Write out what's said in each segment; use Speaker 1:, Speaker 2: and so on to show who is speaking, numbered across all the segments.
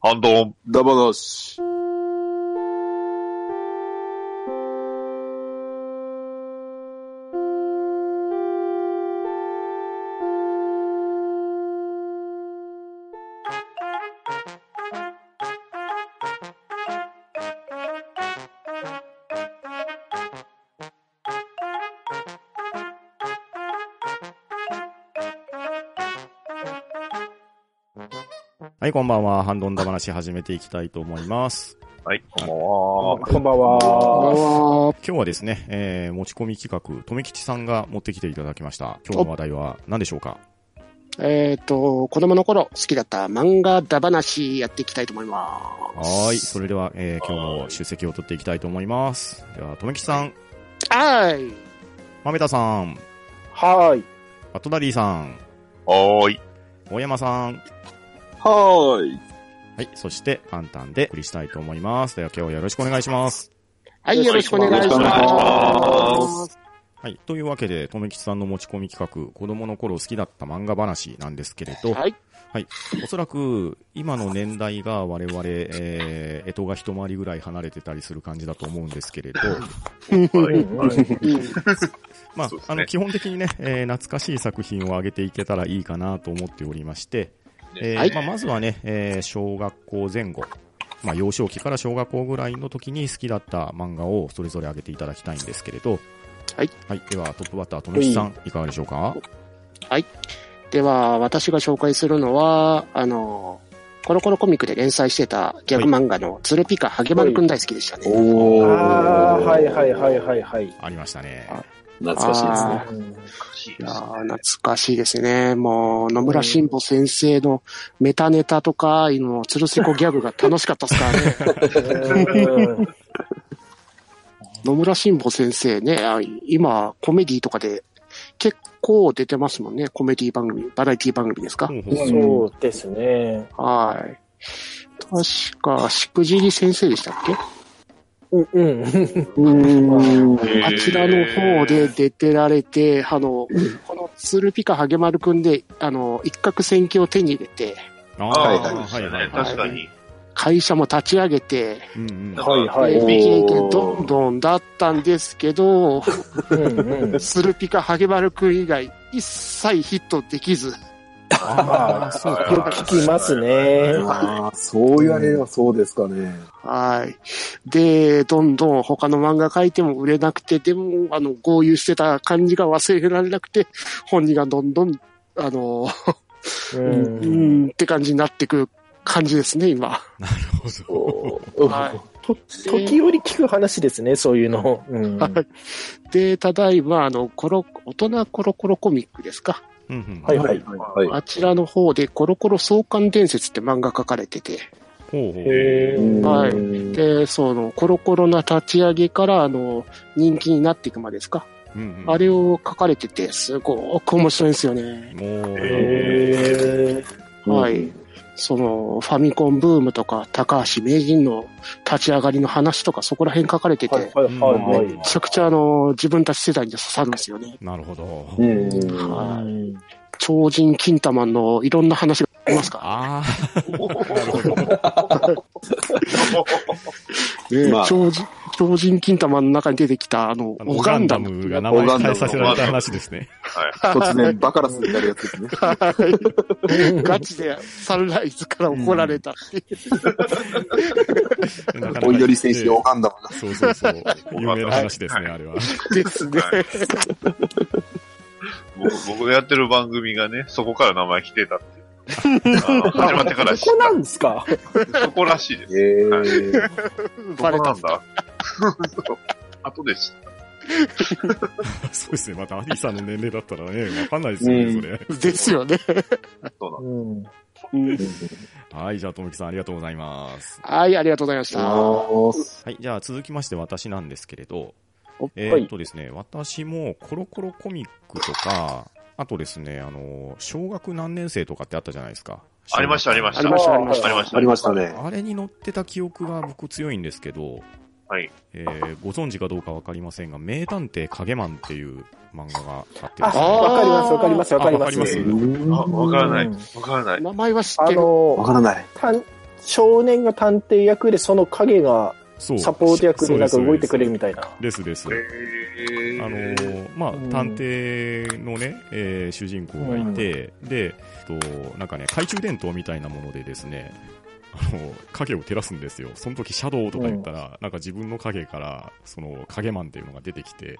Speaker 1: ハンドン。
Speaker 2: ダバナシ。
Speaker 3: はい、こんばんは。ハンドンダ話始めていきたいと思います。
Speaker 1: はい、こんばんは。
Speaker 4: こんばん
Speaker 3: 今
Speaker 4: は。
Speaker 3: 日はですね、えー、持ち込み企画、とめきちさんが持ってきていただきました。今日の話題は何でしょうか
Speaker 4: えっ、と、子供の頃好きだった漫画だ話やっていきたいと思いま
Speaker 3: はーい、それでは、えー、今日も出席を取っていきたいと思います。では、とめきちさん、
Speaker 4: す。はい。
Speaker 3: まめたさん、
Speaker 4: はい。
Speaker 3: バットダリーさん、
Speaker 1: はーい。
Speaker 3: 大山さん、
Speaker 2: はーい。
Speaker 3: はい、そして、アンタンでお送りしたいと思います。では、今日はよろしくお願いします。
Speaker 4: はい、よろしくお願いし
Speaker 2: よろしくお
Speaker 4: ま
Speaker 2: 願
Speaker 4: す。
Speaker 3: はい。というわけで、とめきちさんの持ち込み企画、子供の頃好きだった漫画話なんですけれど、
Speaker 4: はい。
Speaker 3: おそらく、今の年代が我々、えー、江戸が一回りぐらい離れてたりする感じだと思うんですけれど、
Speaker 1: はい
Speaker 4: うん
Speaker 3: まあ、
Speaker 1: そうですね
Speaker 3: あの、基本的にね、えー懐かしい作品を上げていけたらいいかなと思っておりまして、えー
Speaker 4: はい
Speaker 3: まあ、まずはね、えー小学校前後、まあ、幼少期から小学校ぐらいの時に好きだった漫画をそれぞれ上げていただきたいんですけれど、
Speaker 4: はい。
Speaker 3: はい。では、トップバッター、とめきさん、いかがでしょうか
Speaker 4: では、私が紹介するのは、あの、コロコロコミックで連載してたギャグ漫画のツルピカハゲマルくん大好きでしたね。
Speaker 2: おー。
Speaker 5: ああー、はいはいはいはいはい。
Speaker 3: ありましたね。
Speaker 4: あ
Speaker 2: 懐かしいですね。
Speaker 4: あーいやー懐かしいですね。もう、野村慎吾先生のメタネタとか、ああいうの、つるせこギャグが楽しかったっすからね。
Speaker 5: うん
Speaker 4: 野村慎吾先生ね、あ今、コメディとかで結構出てますもんね。コメディ番組、バラエティ番組ですか。
Speaker 3: ほうほう
Speaker 5: そうですね。
Speaker 4: はい。確か、しくじり先生でしたっけ
Speaker 5: うんうん。
Speaker 4: う
Speaker 1: へ
Speaker 4: ーん。
Speaker 1: ー
Speaker 4: あちらの方で出てられて、あの、このツルピカハゲマルくんで、あの、一攫千金を手に入れて、
Speaker 3: あ
Speaker 1: あ
Speaker 3: あ
Speaker 1: あ、
Speaker 2: ー
Speaker 1: そうでしたね。確かに。
Speaker 4: 会社も立ち上げて、
Speaker 3: うんうん。
Speaker 5: はいは
Speaker 4: え
Speaker 5: い
Speaker 4: ー。
Speaker 2: はい
Speaker 4: 美形権どんどんだったんですけど、
Speaker 5: うんうん
Speaker 4: スルピカハゲバルくん以外、一切ヒットできず、
Speaker 3: ああ、そう
Speaker 5: よく
Speaker 3: か。
Speaker 5: 聞きますね。
Speaker 2: ああ、そう言われればそうですかね。
Speaker 4: はい。で、どんどん他の漫画描いても売れなくて、でも、あの、合流してた感じが忘れられなくて、本人がどんどん、あの、
Speaker 5: う
Speaker 4: うんん、って感じになってくる感じですね、今。はい。
Speaker 5: 時折聞く話ですね、そういうの。うん
Speaker 4: は
Speaker 5: はい
Speaker 4: で、ただいま、あの、コロ、大人コロコロコミックですか。
Speaker 3: うんうん。
Speaker 5: いはい。
Speaker 2: はい。
Speaker 4: あちらの方で、コロコロ創刊伝説って漫画書かれてて、
Speaker 3: ほうほう。
Speaker 5: へー
Speaker 4: はい
Speaker 2: い。
Speaker 4: で、その、コロコロな立ち上げから、あの、人気になっていくまでですか。
Speaker 3: うんうん。
Speaker 4: あれを書かれてて、すごく面白いんですよね。
Speaker 3: もう、
Speaker 5: へー
Speaker 4: はい。その、ファミコンブームとか、高橋名人の立ち上がりの話とか、そこら辺書かれてて、
Speaker 5: はいはいはい
Speaker 4: めちゃくちゃ、あの、自分たち世代に刺さるんですよね。
Speaker 3: なるほど。
Speaker 2: うん。
Speaker 5: は
Speaker 4: はい。
Speaker 5: い。
Speaker 4: 超人金玉のいろんな話がありますか
Speaker 3: あ
Speaker 4: ら、
Speaker 2: まあ
Speaker 4: 超人、超人金玉の中に出てきた、あの、
Speaker 3: あ、
Speaker 4: オ
Speaker 3: オ
Speaker 4: ガ
Speaker 3: ガ
Speaker 4: ン
Speaker 3: ン
Speaker 4: ダ
Speaker 3: ダ
Speaker 4: ム。
Speaker 3: ムが名前変えさせられた話ですね。
Speaker 2: 突然バカラスになるやつです ね。
Speaker 4: ガチでサンライズから怒られたってい
Speaker 3: な
Speaker 4: う
Speaker 3: かなか
Speaker 2: お祈り選手でオガンダムが。
Speaker 3: そうそうそう。有名な話ですね、あれは。
Speaker 4: ですね。
Speaker 1: 僕僕がやってる番組がね、そこから名前来てたっていう。あー始まってから知
Speaker 5: ここなん
Speaker 1: っ
Speaker 5: ですか
Speaker 1: た。そこらしいです。
Speaker 2: えー。
Speaker 1: そこ
Speaker 4: バレ
Speaker 1: な
Speaker 4: た
Speaker 1: ん。だ。 後で知った。
Speaker 3: そうですね。また、アリーさんの年齢だったらね、わかんないですよね、
Speaker 2: う
Speaker 3: そ
Speaker 2: ん
Speaker 3: れ。
Speaker 4: ですよね。
Speaker 1: そう
Speaker 5: うん
Speaker 3: はい、じゃあ、ともきさんありがとうございます。
Speaker 4: はい、ありがとうございました。
Speaker 3: はい、じゃあ、続きまして私なんですけれど、
Speaker 5: お
Speaker 3: えーっとですね、私もコロコロコミックとか、あとですね、あの、小学何年生とかってあったじゃないですか。
Speaker 1: ありました、ありまし
Speaker 4: あ
Speaker 1: た。
Speaker 4: り
Speaker 1: あ
Speaker 4: ました、ありました。
Speaker 1: りまし
Speaker 2: あ
Speaker 1: た
Speaker 2: り。ましたね。
Speaker 3: あれに乗ってた記憶が僕強いんですけど、
Speaker 1: はい。
Speaker 3: えーご存知かどうかわかりませんが、名探偵影マンっていう漫画があってです
Speaker 4: あ
Speaker 3: ね。
Speaker 5: わかりますわかりますわかり
Speaker 3: あわかり
Speaker 5: ま。
Speaker 3: ますす
Speaker 1: あ、わからない。わからない。
Speaker 4: 名前は知っ
Speaker 5: あ
Speaker 4: てる。
Speaker 2: わ
Speaker 5: の、
Speaker 2: からない。
Speaker 5: 単少年が探偵役で、その影が
Speaker 3: そう
Speaker 5: サポート役でなんか動いてくれる
Speaker 3: み
Speaker 5: みたいな。
Speaker 3: ですですです
Speaker 1: え
Speaker 3: あのーまあ
Speaker 5: うん
Speaker 3: 探偵のね、えー主人公がいて、でとなんかね懐中電灯みたいなものでですねあの影を照らすんですよその時シャドウとか言ったら、なんか自分の影からその影マンっていうのが出てきて、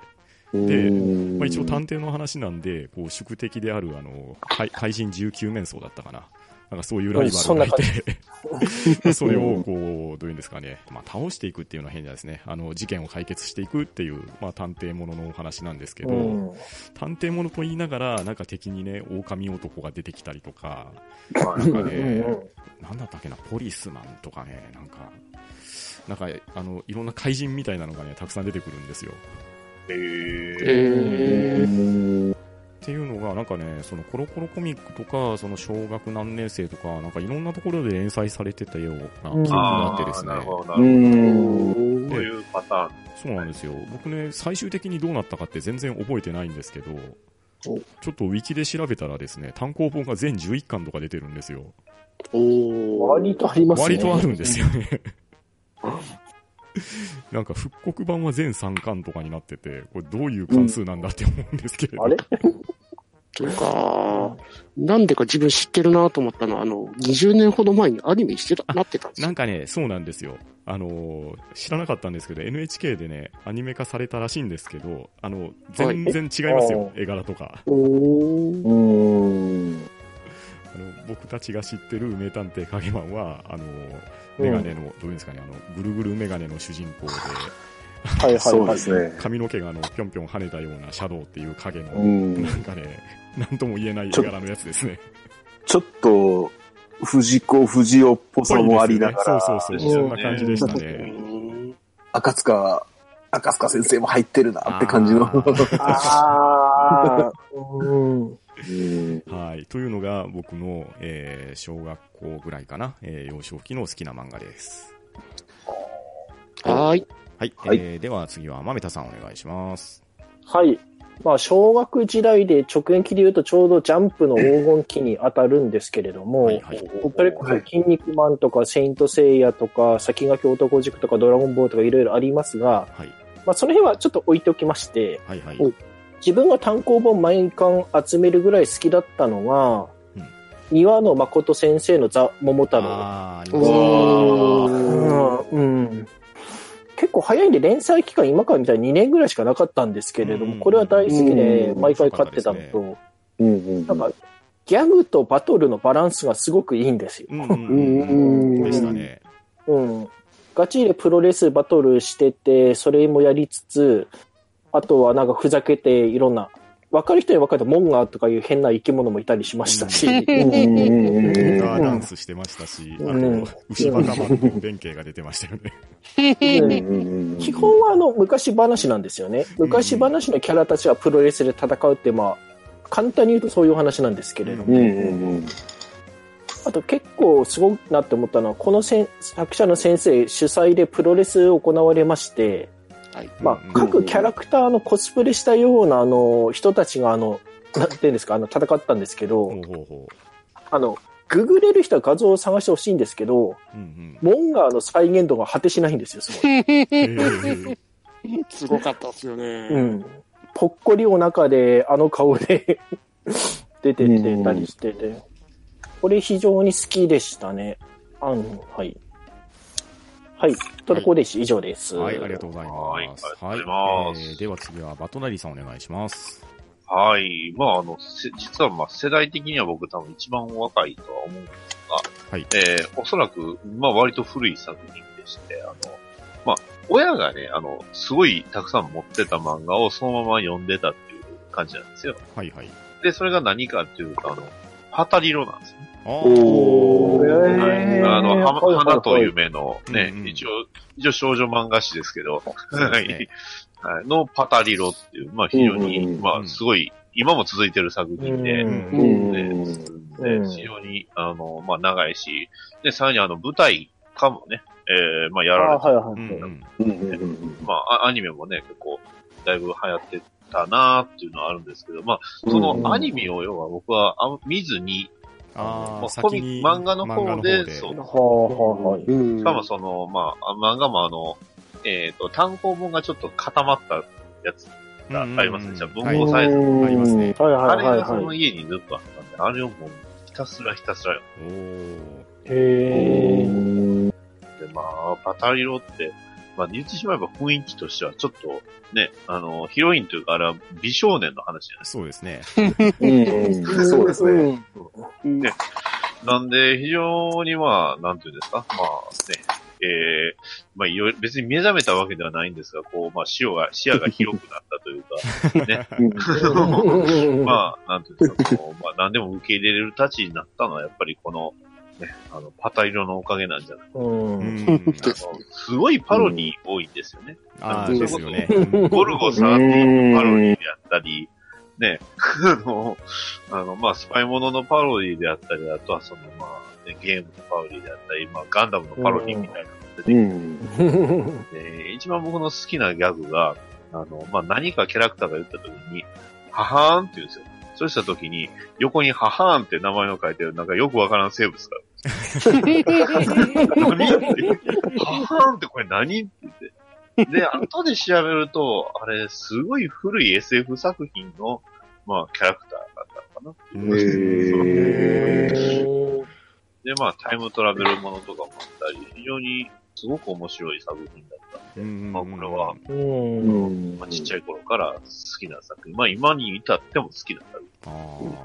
Speaker 3: でまあ、一応探偵の話なんでこう宿敵であるあの怪怪人19面相だったかななんかそういうライバルがいて、 それをこう、どういうんですかね、まあ、倒していくっていうのは変じゃないですね。あの、事件を解決していくっていう、まあ、探偵もののお話なんですけど、
Speaker 5: うん
Speaker 3: 探偵ものと言いながら、なんか敵にね、狼男が出てきたりとか、
Speaker 2: は
Speaker 3: ないんかね、
Speaker 5: うんうん
Speaker 3: なんだったっけな、ポリスマンとかね、なんか、なんか、あの、いろんな怪人みたいなのがね、たくさん出てくるんですよ。
Speaker 1: えー、
Speaker 4: え
Speaker 3: っていうのが、なんかね、そのコロコロコミックとか、その小学何年生とか、なんかいろんなところで連載されてたような記憶があってですね
Speaker 1: な。るほど、な
Speaker 2: う
Speaker 1: る
Speaker 2: ん。
Speaker 1: ほど。そういうパターン。
Speaker 3: そうなんですよ。僕ね、最終的にどうなったかって全然覚えてないんですけど、ちょっとウィキで調べたらですね、単行本が全11巻とか出てるんですよ。
Speaker 2: お
Speaker 5: 割とありますね。
Speaker 3: 割とあるんですよね。 なんか復刻版は全3巻とかになってて、これどういう関数なんだって思うんですけれど。
Speaker 5: あれ
Speaker 4: とか、なんでか自分知ってるなと思ったのは、あの、20年ほど前にアニメしてた、なってたんですよ
Speaker 3: なんかね、そうなんですよ。あのー、知らなかったんですけど、NHK でね、アニメ化されたらしいんですけど、あの、全然違いますよ、絵柄とか。
Speaker 2: うーん。
Speaker 3: あの僕たちが知ってる名探偵影マンは、あの、メガネの、どういうんですかね、あの、ぐるぐるメガネの主人公で、
Speaker 5: はいはい
Speaker 2: そう
Speaker 5: は
Speaker 2: で
Speaker 5: い。
Speaker 2: すね。
Speaker 3: 髪の毛があの、ぴょんぴょん跳ねたようなシャドウっていう影の、
Speaker 2: うん。
Speaker 3: なんかね、なんとも言えない絵柄のやつですね。
Speaker 2: ちょっと、藤子不二雄っぽさもありなが
Speaker 3: そう
Speaker 2: ら、
Speaker 3: そうそう、そんな感じでした ね。
Speaker 2: 赤塚、赤塚先生も入ってるなって感じの
Speaker 3: あ。ー
Speaker 5: ああ、うん。
Speaker 2: うん
Speaker 3: はい。というのが僕の、えー小学校ぐらいかな、えー幼少期の好きな漫画です。
Speaker 4: はーい。
Speaker 3: はい。
Speaker 2: はい
Speaker 3: えーでは次は、まめたさんお願いします。
Speaker 5: はい。まあ、小学時代で直撃で言うとちょうどジャンプの黄金期に当たるんですけれども、
Speaker 3: はいはい
Speaker 5: それこそ筋肉マンとか、セイントセイヤとか、先駆け男塾とか、ドラゴンボールとかいろいろありますが、
Speaker 3: はい。
Speaker 5: まあ、その辺はちょっと置いておきまして、
Speaker 3: はいはい。
Speaker 4: お
Speaker 5: 自分が単行本毎巻集めるぐらい好きだったのが、
Speaker 3: うん
Speaker 5: 庭野誠先生のザ・桃太郎。
Speaker 3: あーあり
Speaker 4: う
Speaker 3: ま
Speaker 2: う
Speaker 3: すね
Speaker 2: わ
Speaker 5: うんうん結構早いんで連載期間今からみたいに2年ぐらいしかなかったんですけれども、
Speaker 3: うん
Speaker 5: これは大好きで
Speaker 2: うん
Speaker 5: 毎回買ってたのと、
Speaker 2: うん
Speaker 5: なんかギャグとバトルのバランスがすごくいいんですよ。
Speaker 3: うんうんうん。でしたね。
Speaker 5: うん。ガチでプロレスバトルしてて、それもやりつつ、あとはなんかふざけていろんな、わかる人に分かるとモンガーとかいう変な生き物もいたりしましたし、
Speaker 3: ガ
Speaker 2: う
Speaker 3: ーダンスしてましたし、あ
Speaker 5: うん
Speaker 3: の、牛若マンの弁慶が出てましたよね。
Speaker 2: ん
Speaker 5: 基本はあの昔話なんですよね。昔話のキャラたちがプロレスで戦うって、まあ、簡単に言うとそういう話なんですけれども、
Speaker 2: うんうんうん。
Speaker 5: あと結構すごくなって思ったのは、このせん作者の先生主催でプロレスを行われまして、まあ
Speaker 3: うん、
Speaker 5: 各キャラクターのコスプレしたようなあの人たちがあの、なんていうんですか、あの戦ったんですけ
Speaker 3: ほ
Speaker 5: ど、
Speaker 3: うほうほ
Speaker 5: あの、ググれる人は画像を探してほしいんですけど、
Speaker 3: う。 うんうん。
Speaker 5: モンガーの再現度が果てしないんですよ、すごい。
Speaker 3: えー
Speaker 4: すごかったですよね。
Speaker 5: うん。ぽっこりお腹で、あの顔で 出てってたりしてて、これ非常に好きでしたね。あん、はい。はい。トルコレシ以上です。
Speaker 3: はい、ありがとうございます。
Speaker 1: はいありがとうございます
Speaker 3: えーでは次は、バトナリーさんお願いします。
Speaker 1: はい。まあ、あの、せ実は、まあ、世代的には僕多分一番若いとは思うんですが、
Speaker 3: はい
Speaker 1: えーおそらく、まあ、割と古い作品でして、あの、まあ、親がね、あの、すごいたくさん持ってた漫画をそのまま読んでたっていう感じなんですよ。
Speaker 3: はいはい。
Speaker 1: で、それが何かっていうと、あの、ハタリロなんですね。
Speaker 3: あー
Speaker 2: おー
Speaker 5: へ
Speaker 1: は
Speaker 5: ー
Speaker 1: い。あの、は
Speaker 5: はいはいはい
Speaker 1: 花と夢のね、
Speaker 3: うんうん
Speaker 1: 一応、一応少女漫画誌ですけど、
Speaker 3: そう
Speaker 1: は
Speaker 3: です
Speaker 1: い
Speaker 3: ね。
Speaker 1: はいのパタリロっていう、まあ非常に、
Speaker 2: うんうんうん
Speaker 1: まあすごい、今も続いてる作品で、
Speaker 5: う
Speaker 3: うん
Speaker 5: ん
Speaker 2: うん
Speaker 1: ね
Speaker 5: うん
Speaker 1: 非常に、あの、まあ長いし、で、さらにあの、舞台かもね、えー、まあや
Speaker 5: あ
Speaker 1: られて、
Speaker 5: はいは
Speaker 3: う
Speaker 5: い。
Speaker 3: んうん
Speaker 1: まああアニメもね、結構、だいぶ流行ってたなーっていうのはあるんですけど、まあ、そのアニメを要は僕はあん見ずに、
Speaker 3: あ
Speaker 1: ま
Speaker 3: あ、
Speaker 1: あコ
Speaker 3: 先
Speaker 1: ミ
Speaker 3: に
Speaker 1: 漫画の方でそ
Speaker 5: は
Speaker 1: う
Speaker 5: あ、はい。
Speaker 2: うん。
Speaker 1: しかもその、まあ、漫画もあの、えっ、と、単行本がちょっと固まったやつがありますね。じゃあ、文
Speaker 3: う
Speaker 1: 庫
Speaker 3: ん
Speaker 1: サイズ。
Speaker 3: ありますね
Speaker 5: はいは
Speaker 1: あ
Speaker 5: い
Speaker 1: れ
Speaker 5: はい
Speaker 1: がその
Speaker 5: はい。
Speaker 1: 家にずっとあったんで、あれをもうひたすらひたすら
Speaker 3: おー
Speaker 5: へえ。
Speaker 1: で、まあ、パタリロって、まあ、言ってしまえば雰囲気としては、ちょっと、ね、あの、ヒロインというか、あれは美少年の話じゃないです
Speaker 3: そうですね。
Speaker 2: うんそうですね。
Speaker 4: ね。うん
Speaker 1: ねか。なんで、非常にまあ、なんていうんですか、まあ、ね、えー、まあ、いろいろ別に目覚めたわけではないんですが、こう、まあ、視野が、視野が広くなったというか、ね、
Speaker 5: まあ、
Speaker 1: まあ、なんていうんですか、こう、まあ、何でも受け入れるたちになったのは、やっぱりこの、ね、あの、パタリロのおかげなんじゃない
Speaker 5: うん。
Speaker 3: う
Speaker 5: うん。
Speaker 3: ん。
Speaker 1: あのすごいパロディ多いんですよね。
Speaker 3: ああ、
Speaker 1: うん
Speaker 3: ですよね。
Speaker 1: ゴルゴ13のパロディであったり、ね、 あの、あの、まあ、スパイもののパロディであったり、あとはその、まあ、ね、ゲームのパロディであったり、まあ、ガンダムのパロディみたいなのが出てき
Speaker 2: うん。
Speaker 1: て、一番僕の好きなギャグが、あの、まあ、何かキャラクターが言った時に、ははーんって言うんですよ。そうした時に、横にははーんって名前の書いてる、なんかよくわからん生物が何って。ははんってこれ何って言って。で、後で調べると、あれ、すごい古い SF 作品の、まあ、キャラクターだったのかな。
Speaker 3: うん
Speaker 2: へー
Speaker 1: で、まあ、タイムトラベルものとかもあったり、非常にすごく面白い作品だった。
Speaker 3: うん
Speaker 1: まあ、これは、
Speaker 5: うん。
Speaker 2: うん
Speaker 1: まあ、ちっちゃい頃から好きな作品。まあ、今に至っても好きな作品。
Speaker 3: あ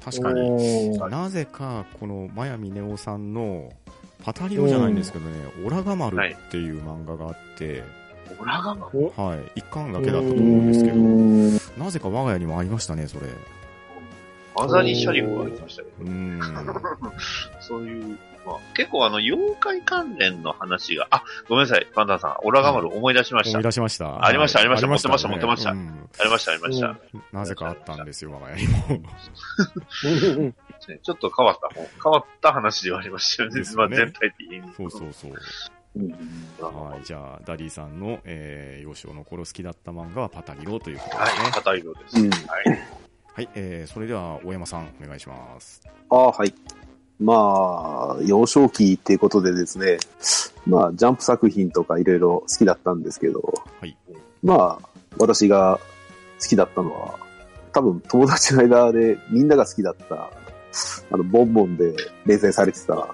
Speaker 3: あ、確かに。
Speaker 5: に
Speaker 3: なぜか、この、マヤミネオさんの、パタリロじゃないんですけどね、オラガマルっていう漫画があって、
Speaker 1: オラガマ
Speaker 5: お
Speaker 3: はい、一巻だけだったと思うんですけど、なぜか我が家にもありましたね、それ。
Speaker 1: マザニシャリフがありましたけど
Speaker 3: う、ん。
Speaker 1: そういう、まあ、結構あの、妖怪関連の話が、あ、ごめんなさい、パンダさん、オラガマル思い出しました
Speaker 3: 思い。出しました。
Speaker 1: ありました
Speaker 3: は
Speaker 1: あ
Speaker 3: い
Speaker 1: りました持ってました
Speaker 3: ね
Speaker 1: 持
Speaker 3: うん
Speaker 1: ありました、ありました。
Speaker 3: なぜかあったんですよ、我が家にも。
Speaker 1: ねちょっと変わった方、変わった話ではありましたよね。
Speaker 3: です
Speaker 1: ま
Speaker 3: よ
Speaker 1: あ
Speaker 3: ね
Speaker 1: 全体的に。
Speaker 3: そうそうそう。
Speaker 1: あの
Speaker 3: は、
Speaker 1: はい
Speaker 3: じゃあ、ダディさんの、えー幼少の頃好きだった漫画はパタリロということですね。
Speaker 1: い、硬いようです。
Speaker 2: うん
Speaker 1: はい。
Speaker 3: はい、えーそれでは、大山さん、お願いします。
Speaker 2: ああ、はい。まあ、幼少期っていうことでですね、まあ、ジャンプ作品とかいろいろ好きだったんですけど、
Speaker 3: はい
Speaker 2: まあ、私が好きだったのは、多分友達の間でみんなが好きだった、あの、ボンボンで連載されてた
Speaker 3: お、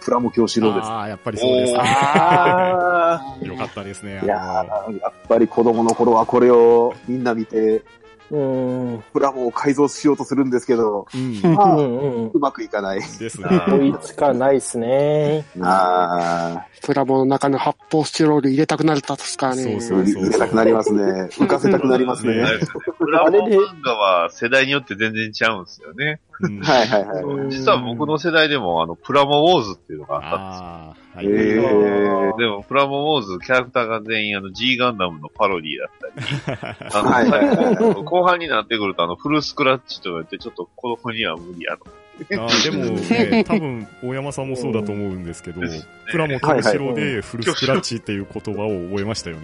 Speaker 2: プラモ教師郎です。
Speaker 3: ああ、やっぱりそうですね。
Speaker 5: ああ。
Speaker 3: よかったですね。
Speaker 2: いや
Speaker 3: あの
Speaker 2: ーやっぱり子供の頃はこれをみんな見て、
Speaker 5: うん。
Speaker 2: プラモを改造しようとするんですけ ど、
Speaker 3: うん、
Speaker 5: う
Speaker 2: まあ、
Speaker 5: んうん
Speaker 2: うまくいかない。
Speaker 3: ですね。
Speaker 1: あー
Speaker 5: 追いつかないっすね。
Speaker 2: ああ、
Speaker 4: プラモの中の発泡スチロール入れたくなったですからね。
Speaker 3: そうそう
Speaker 2: 売り入れたくな りますね。浮かせたくなりますね。
Speaker 3: ね
Speaker 2: はい
Speaker 1: プラモ漫画は世代によって全然違うんですよね。
Speaker 3: うん
Speaker 2: はいはい。
Speaker 5: うん
Speaker 1: 実は僕の世代でも、あの、プラモウォーズっていうのがあったんですよ。
Speaker 3: ああ、はい。
Speaker 2: えー
Speaker 1: でも、プラモウォーズ、キャラクターが全員、あの、G ガンダムのパロディだったり、 あの
Speaker 2: はいはいは
Speaker 1: 後半になってくると、あの、フルスクラッチと言われて、ちょっと子供には無理やと。
Speaker 3: あーでも、ね、多分、大山さんもそうだと思うんですけど
Speaker 1: うんです、
Speaker 3: プラモ教師郎
Speaker 5: はい
Speaker 3: でフルスクラッチっていう言葉を覚えましたよね。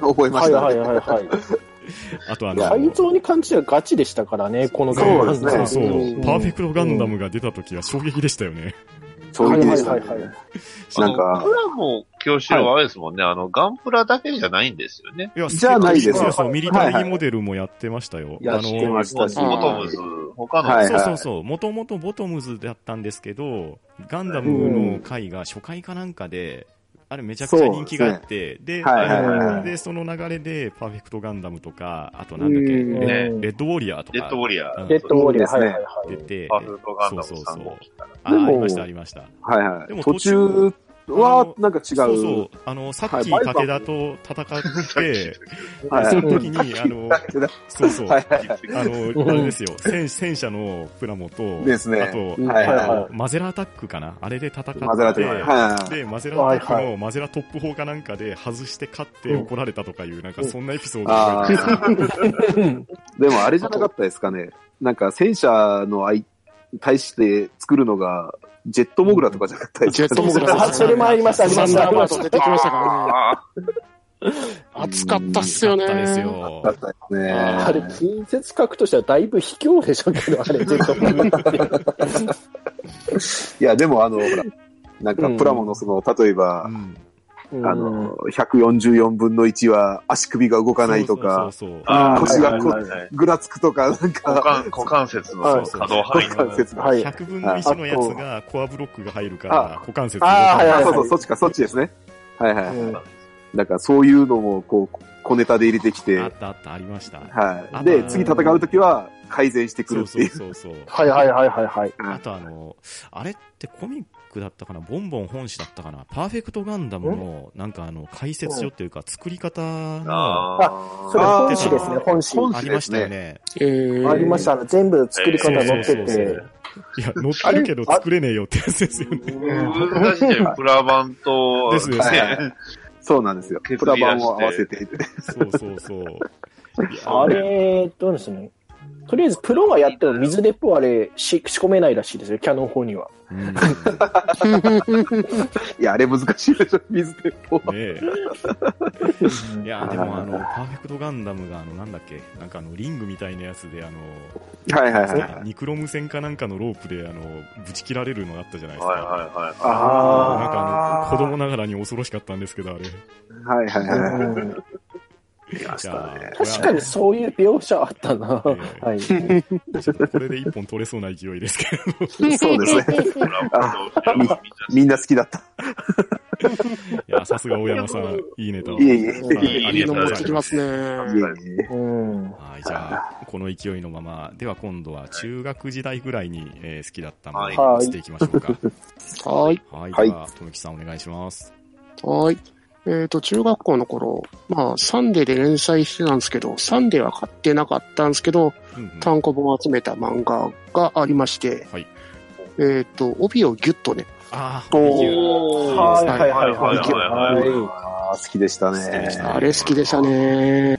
Speaker 2: 覚えま
Speaker 5: は
Speaker 2: し
Speaker 5: い
Speaker 2: た
Speaker 5: はい
Speaker 2: ね。
Speaker 5: はいはい。
Speaker 3: あとあの、
Speaker 5: 改造に関してはガチでしたからね、この
Speaker 2: そうですね
Speaker 3: そうそう
Speaker 4: うん
Speaker 3: パーフェクトガンダムが出た時は衝撃でしたよね。
Speaker 2: 衝撃でしたね
Speaker 5: はいはいはいはい。
Speaker 2: な
Speaker 1: あ
Speaker 2: ん
Speaker 1: の
Speaker 2: か
Speaker 1: プ、ラモ教師はあれですもんね、あの、ガンプラだけじゃないんですよね。
Speaker 3: いや、
Speaker 2: じゃあないです
Speaker 5: よ
Speaker 3: そうそう、ミリタリーモデルもやってましたよ。
Speaker 2: や
Speaker 3: あ
Speaker 2: っ
Speaker 3: の
Speaker 2: てましたし、
Speaker 1: ボトムズ、他の、
Speaker 2: はい
Speaker 3: そうそうそう。もともとボトムズだったんですけど、ガンダムの回が初回かなんかで、あれめちゃくちゃ人気があって、で
Speaker 2: はいはい
Speaker 5: はい
Speaker 3: あので、その流れで、パーフェクトガンダムとか、あとなんだっけ、
Speaker 4: うん
Speaker 3: レ
Speaker 1: ね
Speaker 3: レッドウォリアーと
Speaker 1: デッドウォ
Speaker 3: か
Speaker 1: リアー。
Speaker 5: デッドウォリアー、
Speaker 2: そう
Speaker 5: は
Speaker 2: で
Speaker 5: い
Speaker 2: す
Speaker 5: は
Speaker 2: ね
Speaker 5: いは
Speaker 3: 出
Speaker 5: い。
Speaker 3: て、
Speaker 1: パーフェクトガンダム
Speaker 3: そうそう
Speaker 1: 3
Speaker 3: そ
Speaker 1: 号
Speaker 3: う
Speaker 1: 機から。
Speaker 3: あー、ありました、ありました。
Speaker 2: はいは
Speaker 3: で
Speaker 2: い。
Speaker 3: も
Speaker 2: 途中
Speaker 3: あ
Speaker 2: は
Speaker 3: の、
Speaker 2: なんか違
Speaker 3: そう
Speaker 2: う
Speaker 3: そ。う。あの、さっ
Speaker 2: はい
Speaker 3: き
Speaker 2: バイバー
Speaker 3: 武田と戦って、
Speaker 2: はい
Speaker 3: その時に、あの、そうそう。
Speaker 2: はいはいはい。
Speaker 3: あの、あれですよ、戦戦車のプラモと、
Speaker 2: ですね
Speaker 3: あと、
Speaker 2: はいはい
Speaker 5: は
Speaker 3: マゼラアタックかなあれで戦って、
Speaker 2: 混ぜられてます。はい。
Speaker 3: で、マゼラアタック
Speaker 5: はい
Speaker 3: のマゼラトップ砲かなんかで外して勝って怒られたとかいう、なんかそんなエピソード
Speaker 2: あ
Speaker 3: が。
Speaker 2: あ。でもあれじゃなかったですかね。なんか戦車の相対して作るのが、ジェットモグラとかじゃなかったですか
Speaker 4: ジェットモグラ
Speaker 5: あそれもありました、ありまし
Speaker 4: サンダーバ
Speaker 5: た。
Speaker 4: ード出てきましたからね。
Speaker 1: ああ、
Speaker 4: 暑かったっすよね。
Speaker 3: あったですよ
Speaker 2: だ。ったですね。
Speaker 5: あれ、近接書くとしたらだいぶ卑怯でしょうけど、あれ、ずっと。
Speaker 2: いや、でもあの、ほら、なんかプラモのその、例えば
Speaker 3: う、ん
Speaker 2: あの、144分の1は足首が動かないとか、
Speaker 3: そうそうそうそう
Speaker 1: ああ、
Speaker 2: 腰がこ
Speaker 1: はいはいはいはい
Speaker 2: ぐらつくとか、なん
Speaker 1: 股
Speaker 2: か、
Speaker 1: 関股関節
Speaker 5: は
Speaker 1: の
Speaker 5: い
Speaker 1: その可動範囲
Speaker 2: 股
Speaker 1: の
Speaker 2: 関節が。
Speaker 5: はい。
Speaker 3: 100分の1のやつがコアブロックが入るか
Speaker 2: あ
Speaker 3: ら、股関節動
Speaker 5: あはい
Speaker 3: か
Speaker 5: は
Speaker 2: あ、
Speaker 5: い
Speaker 2: そう
Speaker 3: な
Speaker 2: そ、
Speaker 3: いう
Speaker 2: そっちか、そっちですね。はいは
Speaker 5: うん
Speaker 2: い。だからそういうのも、こう、小ネタで入れてきて、
Speaker 3: あ
Speaker 2: は
Speaker 3: ったあった、ありました。あ
Speaker 2: い。で、
Speaker 3: まあ
Speaker 2: 次戦うときは改善してく
Speaker 3: そ
Speaker 2: る
Speaker 3: う
Speaker 2: って
Speaker 3: そう
Speaker 2: いう。
Speaker 3: そうそう。
Speaker 5: はいはいはいはいはい。
Speaker 3: あとあの、あれってコミックだったかな、ボンボン本誌だったかな、パーフェクトガンダムの、なんかあの、解説書っていうか、作り方の、
Speaker 1: ああ、
Speaker 5: それ
Speaker 2: あー
Speaker 5: 本誌ですね、本誌。
Speaker 2: 本
Speaker 3: あ
Speaker 2: 誌
Speaker 3: り
Speaker 2: で
Speaker 3: まし
Speaker 2: す
Speaker 3: たよ
Speaker 2: ね。
Speaker 3: ね。
Speaker 4: えー
Speaker 5: あ りました。あの全部作り方
Speaker 3: そう
Speaker 5: 載
Speaker 3: そう
Speaker 5: っ
Speaker 3: そ
Speaker 5: て
Speaker 3: う
Speaker 5: て。
Speaker 3: いや、載ってるけど作れねえよってやつですよね。
Speaker 1: 難しいね。プラ版と、
Speaker 3: ですです
Speaker 2: はいはいそうなんですよ。
Speaker 1: 削り
Speaker 2: プラ版を合わせて。
Speaker 3: そうそうそう。いや
Speaker 5: あれ、どうですね。とりあえず、プロがやっても水鉄砲あれ、し仕込めないらしいですよ、キャノン砲には。
Speaker 3: うん
Speaker 2: いや、あれ難しいでしょ、水鉄砲。
Speaker 3: ねえ。いや、でもあの、パーフェクトガンダムが、あの、なんだっけ、なんかあの、リングみたいなやつで、あの、
Speaker 2: はいはいはい。
Speaker 3: ニクロム線かなんかのロープで、あの、ぶち切られるのがあったじゃないですか。
Speaker 1: はいはいはい。
Speaker 3: なん
Speaker 5: あ
Speaker 3: かあの、子供ながらに恐ろしかったんですけど、あれ。
Speaker 2: はいはいはいはい。
Speaker 3: いやー
Speaker 5: 確かにそういう描写あったな。
Speaker 3: え
Speaker 5: はい。
Speaker 3: ちょっとこれで一本取れそうな勢いですけど。
Speaker 2: そうですね。
Speaker 1: プ ラ版と、みんな
Speaker 2: みんな好きだった。
Speaker 3: いや、さすが大山さん、いいネタを。
Speaker 2: いえいえ。い
Speaker 3: はい
Speaker 2: えい
Speaker 3: あ
Speaker 4: い
Speaker 3: り
Speaker 4: い
Speaker 3: が
Speaker 4: の
Speaker 3: とうご
Speaker 4: 持っ
Speaker 3: ざ
Speaker 4: て
Speaker 3: い
Speaker 4: き
Speaker 3: ま。
Speaker 4: ますすね。
Speaker 2: え。
Speaker 5: うん。
Speaker 3: はい、じゃあ、この勢いのまま、では今度は中学時代ぐらいに、えー好きだったもの
Speaker 5: は
Speaker 3: に
Speaker 5: い
Speaker 3: 移っていきましょうか。
Speaker 4: はい。
Speaker 3: はい、
Speaker 2: はい
Speaker 3: では、とむきさんお願いします。
Speaker 4: はい。えっ、と、中学校の頃、まあ、サンデーで連載してたんですけど、サンデーは買ってなかったんですけど、
Speaker 3: うんうん
Speaker 4: 単行本を集めた漫画がありまして、
Speaker 3: はい
Speaker 4: えっ、と、帯をギュッとね、
Speaker 3: ああ、
Speaker 1: おー
Speaker 5: はいはいはいはい
Speaker 1: はいはい
Speaker 5: は
Speaker 2: ああ、好きでした
Speaker 3: 好きでした
Speaker 2: ね。
Speaker 4: あれ好きでしたね。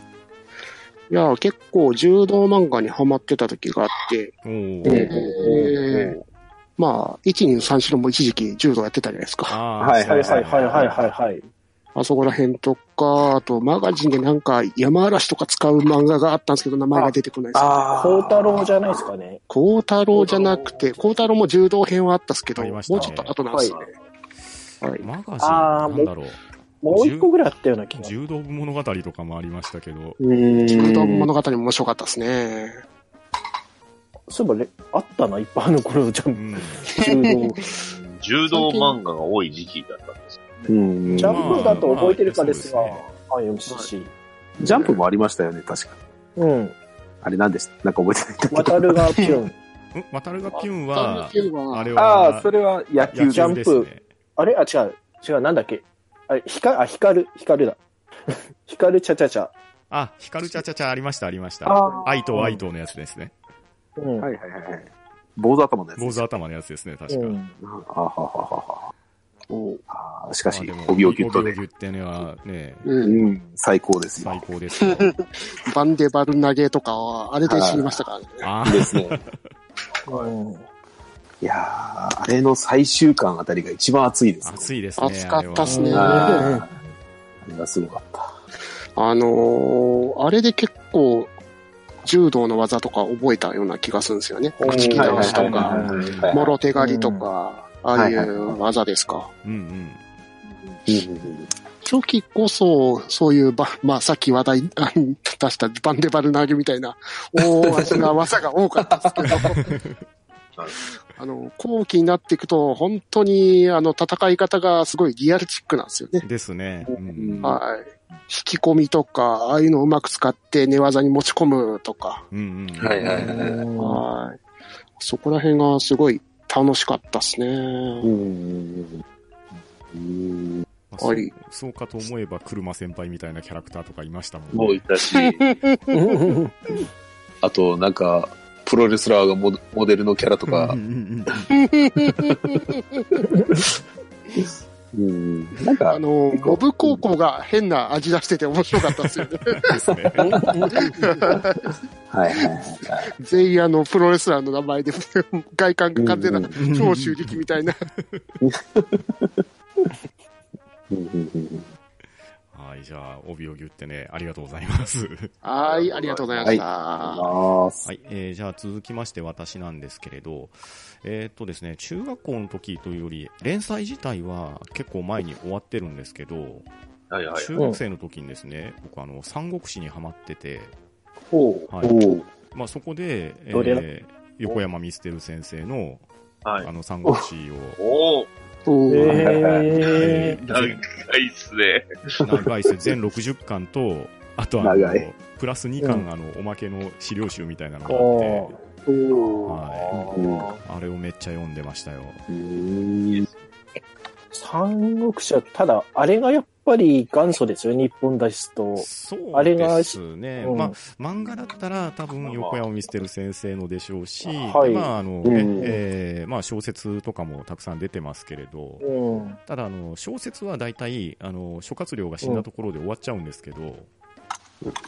Speaker 4: いや、結構柔道漫画にハマってた時があって、
Speaker 3: おー
Speaker 2: ええ
Speaker 4: えーまあ、1、2、3、4も一時期柔道やってたじゃないですか。
Speaker 3: あ
Speaker 2: は
Speaker 3: ー
Speaker 2: い
Speaker 5: い。はいはいはいはいはいはい。
Speaker 4: あそこら辺とか、あとマガジンでなんか山嵐とか使う漫画があったんですけど、名前が出てこないです。
Speaker 2: あ
Speaker 5: 孝太郎じゃないですかね。
Speaker 4: 孝太郎じゃなくて、孝太郎も柔道編はあったっすけど、
Speaker 3: あり
Speaker 4: も
Speaker 3: ま
Speaker 4: う
Speaker 3: し
Speaker 4: ち
Speaker 3: たね
Speaker 4: ょっと後なんですよね。はい。
Speaker 3: マガジン、
Speaker 5: あー
Speaker 3: なんだろう。
Speaker 5: もう一個ぐらいあったような気が。
Speaker 3: 柔道部物語とかもありましたけど、
Speaker 4: 柔道
Speaker 2: ー。
Speaker 4: 物語も面白かったですね。
Speaker 5: そういえばね、あったな、いっぱいあの頃じゃ。
Speaker 3: うんん。
Speaker 5: 柔道。
Speaker 1: 柔道漫画が多い時期だったんです
Speaker 2: うん
Speaker 5: ジ
Speaker 2: ジ
Speaker 5: ャンプだと覚えてるかですが、
Speaker 3: まあま
Speaker 5: IMCC。
Speaker 2: ャンプもありましたよね、確か。
Speaker 5: うん。
Speaker 2: あれなんでしたなんか覚えてないんだけど。
Speaker 5: 渡るがピュン。
Speaker 3: ん渡るがピュンは、あれ
Speaker 2: ああ、
Speaker 3: は、
Speaker 2: それは野球
Speaker 3: 野
Speaker 2: です
Speaker 5: ジャ
Speaker 3: 球
Speaker 5: ン
Speaker 3: で
Speaker 5: プ
Speaker 3: すね。
Speaker 5: あれあ、違う。違う、なんだっけ。あれ、ひか、あ、光る、光るだ。 光るちゃちゃちゃ。
Speaker 3: あ、ヒカルチャチャチャありました、ありました。
Speaker 2: ああ。
Speaker 3: 愛と愛とのやつですね。
Speaker 5: うん。
Speaker 2: はいはいはいはい。坊主頭のやつ。
Speaker 3: 坊主頭のやつですね、確
Speaker 5: う
Speaker 3: か。
Speaker 5: ん。
Speaker 2: あははははあーしかし
Speaker 3: まあで、も
Speaker 2: 帯をギュッと
Speaker 3: 帯を
Speaker 2: で
Speaker 3: ギ。ュッてねはね、
Speaker 4: うん。
Speaker 2: うん、最高ですよ
Speaker 3: 最。高ですよ。
Speaker 4: バンデバル投げとかは、あれで知りましたからね。
Speaker 3: あ
Speaker 2: で
Speaker 3: ー
Speaker 2: す ね。
Speaker 5: うん
Speaker 2: いやーあれの最終巻あたりが一番熱いですね。
Speaker 3: 暑いですね。
Speaker 4: 熱かったっすね。
Speaker 3: あれは
Speaker 2: あーあれがすごかった。
Speaker 4: あのー、あれで結構、柔道の技とか覚えたような気がするんですよね。
Speaker 5: うん
Speaker 4: 打ち切り倒しと
Speaker 5: はい
Speaker 4: か、
Speaker 5: はい
Speaker 2: はい
Speaker 4: もろ手狩りとか、ああいう技ですか。
Speaker 3: うんうん。
Speaker 2: うん
Speaker 4: 初期こそ、そういうば、まあさっき話題出したバンデバル投げみたいな大味な技が多かったですけど、あの、後期になっていくと、本当に、あの、戦い方がすごいリアルチックなんですよね。
Speaker 3: ですね。うん
Speaker 2: うん
Speaker 4: はい。引き込みとか、ああいうのをうまく使って寝技に持ち込むとか、
Speaker 3: うんうん。
Speaker 2: はいはいはい。
Speaker 5: うん
Speaker 4: はい。そこら辺がすごい楽しかったですね。
Speaker 2: うんうん
Speaker 3: まあそう
Speaker 4: はい
Speaker 3: そうかと思えば、車先輩みたいなキャラクターとかいましたもんね。
Speaker 2: もういたし、あとなんか、プロレスラーがモモデルのキャラとか
Speaker 3: うん、うんうん
Speaker 2: うんなん
Speaker 4: あ
Speaker 2: か、
Speaker 4: の、モブ高校が変な味出してて面白かったですよね。
Speaker 3: です ね。
Speaker 2: はいはいはい。
Speaker 4: 全員あの、プロレスラーの名前で、外観が完全な、超襲撃みたいな。
Speaker 2: うんうんうん
Speaker 3: はい、じゃあ、帯をぎゅってね、ありがとうございます。
Speaker 4: はい、ありがとうございました。
Speaker 2: あー
Speaker 3: はい、えーじゃあ続きまして私なんですけれど、えーっとですね、中学校の時というより、連載自体は結構前に終わってるんですけど、
Speaker 1: はいはい。
Speaker 3: 中学生の時にですね、僕あの、三国志にハマってて、
Speaker 5: ほ
Speaker 3: はい、
Speaker 2: おう
Speaker 3: まあそこで、えー
Speaker 5: ど
Speaker 3: 横山ミステル先生の、
Speaker 1: はい
Speaker 3: あ。の、三国志を、
Speaker 1: おお
Speaker 4: お
Speaker 5: う。
Speaker 4: ー
Speaker 5: えー、
Speaker 1: 長いっすね。
Speaker 3: 長いです全60巻と、あとあの
Speaker 2: 長い
Speaker 3: プラス2巻、あの、おまけの資料集みたいなのがあ
Speaker 5: お
Speaker 3: って、
Speaker 5: おー。
Speaker 3: あれをめっちゃ読んでましたよ。
Speaker 2: うーん
Speaker 5: 三国志は、ただ、あれがやっぱり元祖ですよ、日本脱出と。
Speaker 3: そ
Speaker 5: あ
Speaker 3: う
Speaker 5: れが
Speaker 3: ですね。
Speaker 5: うん
Speaker 3: まあ、漫画だったら多分横山ミステル先生のでしょうし、
Speaker 5: はい
Speaker 3: まあ、あの、ね
Speaker 2: うん
Speaker 3: えーまあ、小説とかもたくさん出てますけれど、
Speaker 5: うん。
Speaker 3: ただ、あの、小説は大体、あの、諸葛亮が死んだところで終わっちゃうんですけど、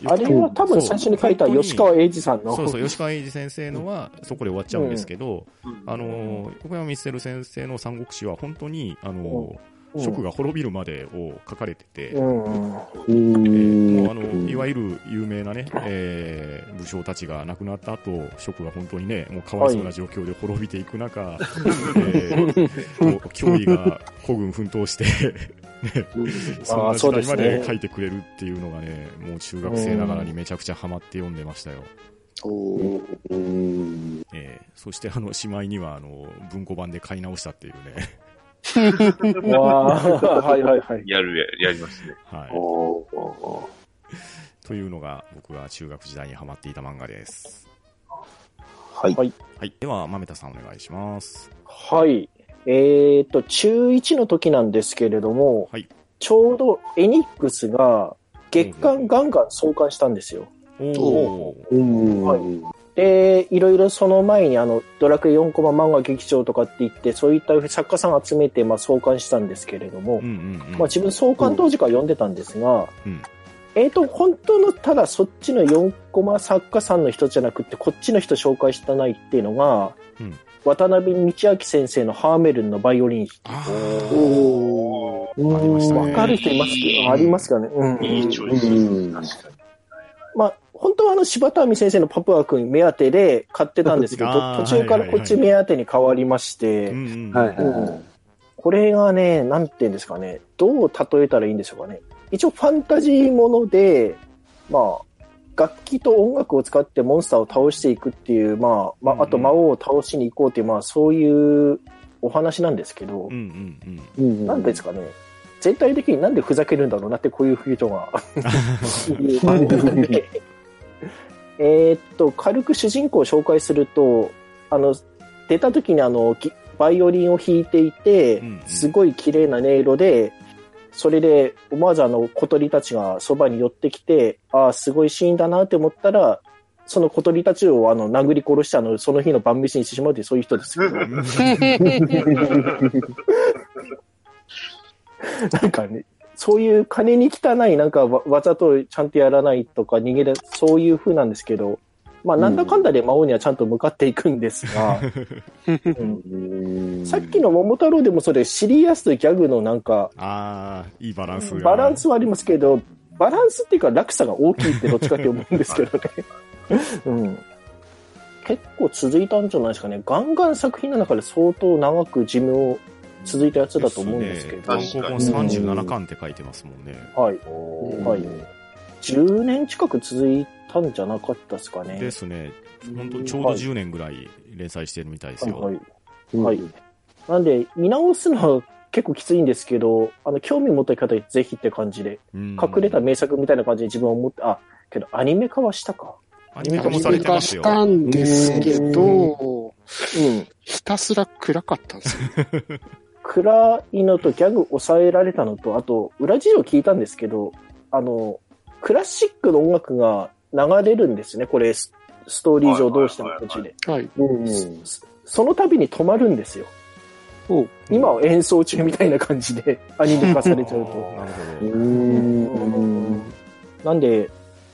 Speaker 5: あれは多分
Speaker 3: そう
Speaker 5: 最初に書いた吉川英治さんの。
Speaker 3: そうそう、吉川英治先生のはそこで終わっちゃうんですけど、あの、横山ミステル先生の三国志は本当に、あの、
Speaker 5: うん
Speaker 3: 蜀が滅びるまでを書かれてて、
Speaker 5: うん。
Speaker 2: うー
Speaker 3: え
Speaker 2: ん
Speaker 3: ーもうあのいわゆる有名な、ねえー武将たちが亡くなった後職が本当に、ね、もうかわいそうな状況で滅びていく中、えーもう脅威が孤軍奮闘して、ね、そんな時代ま
Speaker 5: そうです
Speaker 3: で
Speaker 5: ね
Speaker 3: 書いてくれるっていうのが、ね、もう中学生ながらにめちゃくちゃハマって読んでましたよ。
Speaker 2: お ううーん
Speaker 3: えーそしてあのしまいにはあの文庫版で買い直したっていうね、
Speaker 5: わあ、 はいはいはい。
Speaker 1: やる、やりますね。
Speaker 3: はい、
Speaker 2: おうおう
Speaker 3: というのが僕が中学時代にハマっていた漫画です。
Speaker 2: はい。
Speaker 5: はい
Speaker 3: はい、では、豆田さんお願いします。
Speaker 5: はい。えっと、中1の時なんですけれども、
Speaker 3: はい
Speaker 5: ちょうどエニックスが月間ガンガン創刊したんですよ。
Speaker 3: おー
Speaker 2: うーん
Speaker 5: はいで、いろいろその前にあの、ドラクエ4コマ漫画劇場とかって言って、そういった作家さん集めて、まあ、創刊したんですけれども
Speaker 3: う、んうんうん
Speaker 5: まあ、自分創刊当時から読んでたんですが、
Speaker 3: うん
Speaker 5: えっと、本当のただそっちの4コマ作家さんの人じゃなくて、こっちの人紹介したないっていうのが、
Speaker 3: うん
Speaker 5: 渡辺道明先生のハーメルンのバイオリン弾
Speaker 3: あ
Speaker 2: お
Speaker 5: き。わ
Speaker 3: ありましたね
Speaker 5: かる人いますけど、ありますかね。うん。
Speaker 1: いいチョイ
Speaker 2: うん
Speaker 1: ス。確か
Speaker 5: まあ、本当はあの、柴田亜美先生のパプア君目当てで買ってたんですけ ど、
Speaker 3: あー
Speaker 5: 途中からこっち目当てに変わりまして、
Speaker 3: ーうんうん
Speaker 2: はいはいは
Speaker 5: これがね、なんて言うんですかね、どう例えたらいいんでしょうかね。一応ファンタジーもので、まあ、楽器と音楽を使ってモンスターを倒していくっていう、まあ、ま
Speaker 3: うんうん
Speaker 5: あ、あと魔王を倒しに行こうっていう、まあ、そういうお話なんですけど
Speaker 3: うんう、んうん
Speaker 2: い。うん
Speaker 5: なんていうんですかね、全体的になんでふざけるんだろうなって、こういうフィー トが。 えーっと、軽く主人公を紹介すると、あの、出た時にあの、ギバイオリンを弾いていて、
Speaker 3: うんうん
Speaker 5: すごい綺麗な音色で、それで思わずあの小鳥たちがそばに寄ってきて、ああ、すごいシーンだなって思ったら、その小鳥たちをあの殴り殺してあの、その日の晩飯にしてしまうというそういう人ですけど、
Speaker 1: に。
Speaker 5: なんかね、そういう金に汚い、なんかわわざとちゃんとやらないとか逃げる、そういう風なんですけど、まあなんだかんだで魔王にはちゃんと向かっていくんですが、うんさっきの桃太郎でもそれシリアスとギャグのなんか、
Speaker 3: ああ、いいバランスが。
Speaker 5: バランスはありますけど、バランスっていうか落差が大きいってどっちかって思うんですけどね。うん、結構続いたんじゃないですかね。ガンガン作品の中で相当長く寿命続いたやつだと思うんですけど。
Speaker 3: 単行本37巻って書いてますもんね。
Speaker 5: はい。
Speaker 1: お
Speaker 5: はい。10年近く続いたんじゃなかったですかね。
Speaker 3: ですね。本当ちょうど10年ぐらい連載してるみたいです
Speaker 5: は
Speaker 3: よ。
Speaker 5: い。はい。なんで、見直すのは結構きついんですけど、あの、興味持った方にぜひって感じで、
Speaker 3: 隠
Speaker 5: 隠れた名作みたいな感じで自分は思って、あ、けどアニメ化はしたか。
Speaker 3: アニメ化もされてますよ。
Speaker 4: アニメ化したんですけど、
Speaker 5: うん。
Speaker 4: ひたすら暗かったんですよ。
Speaker 5: 暗いのとギャグ抑えられたのと、あと、裏事情聞いたんですけど、あの、クラシックの音楽が流れるんですね、これ、スストーリー上どうしても途中で。
Speaker 4: はい。
Speaker 2: うん
Speaker 5: その度に止まるんですよ。
Speaker 4: おう
Speaker 5: 今は演奏中みたいな感じでアニメ化されちゃ
Speaker 3: なる
Speaker 5: うと。
Speaker 3: ほ
Speaker 2: う
Speaker 3: ど。
Speaker 2: ん
Speaker 5: なんで、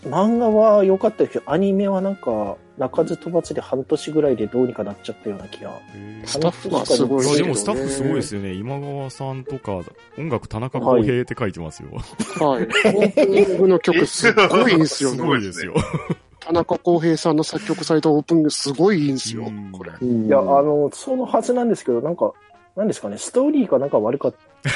Speaker 5: 漫画は良かったですけど、アニメはなんか、鳴かず飛ばずで半年ぐらいでどうにかなっちゃったような気が。
Speaker 3: へー
Speaker 4: スタッフはすご
Speaker 3: い
Speaker 4: い
Speaker 3: や
Speaker 4: け
Speaker 3: で
Speaker 4: どね
Speaker 3: もスタッフすごいですよね。今川さんとか、音楽田中康平って書いてますよ。
Speaker 4: はい。オープニングの曲すっごいいいんですよ
Speaker 3: す
Speaker 1: す
Speaker 3: ご
Speaker 1: ご
Speaker 3: い
Speaker 1: い
Speaker 3: で
Speaker 4: ね。
Speaker 1: ですす
Speaker 3: よ
Speaker 1: よ。
Speaker 4: 田中康平さんの作曲されたオープニングすごいいいんですよ
Speaker 3: う。ん
Speaker 4: これ。
Speaker 2: い
Speaker 5: いや、あの、そのはずなんですけど、なんか、なんですかね、ストーリーがなんか悪かっ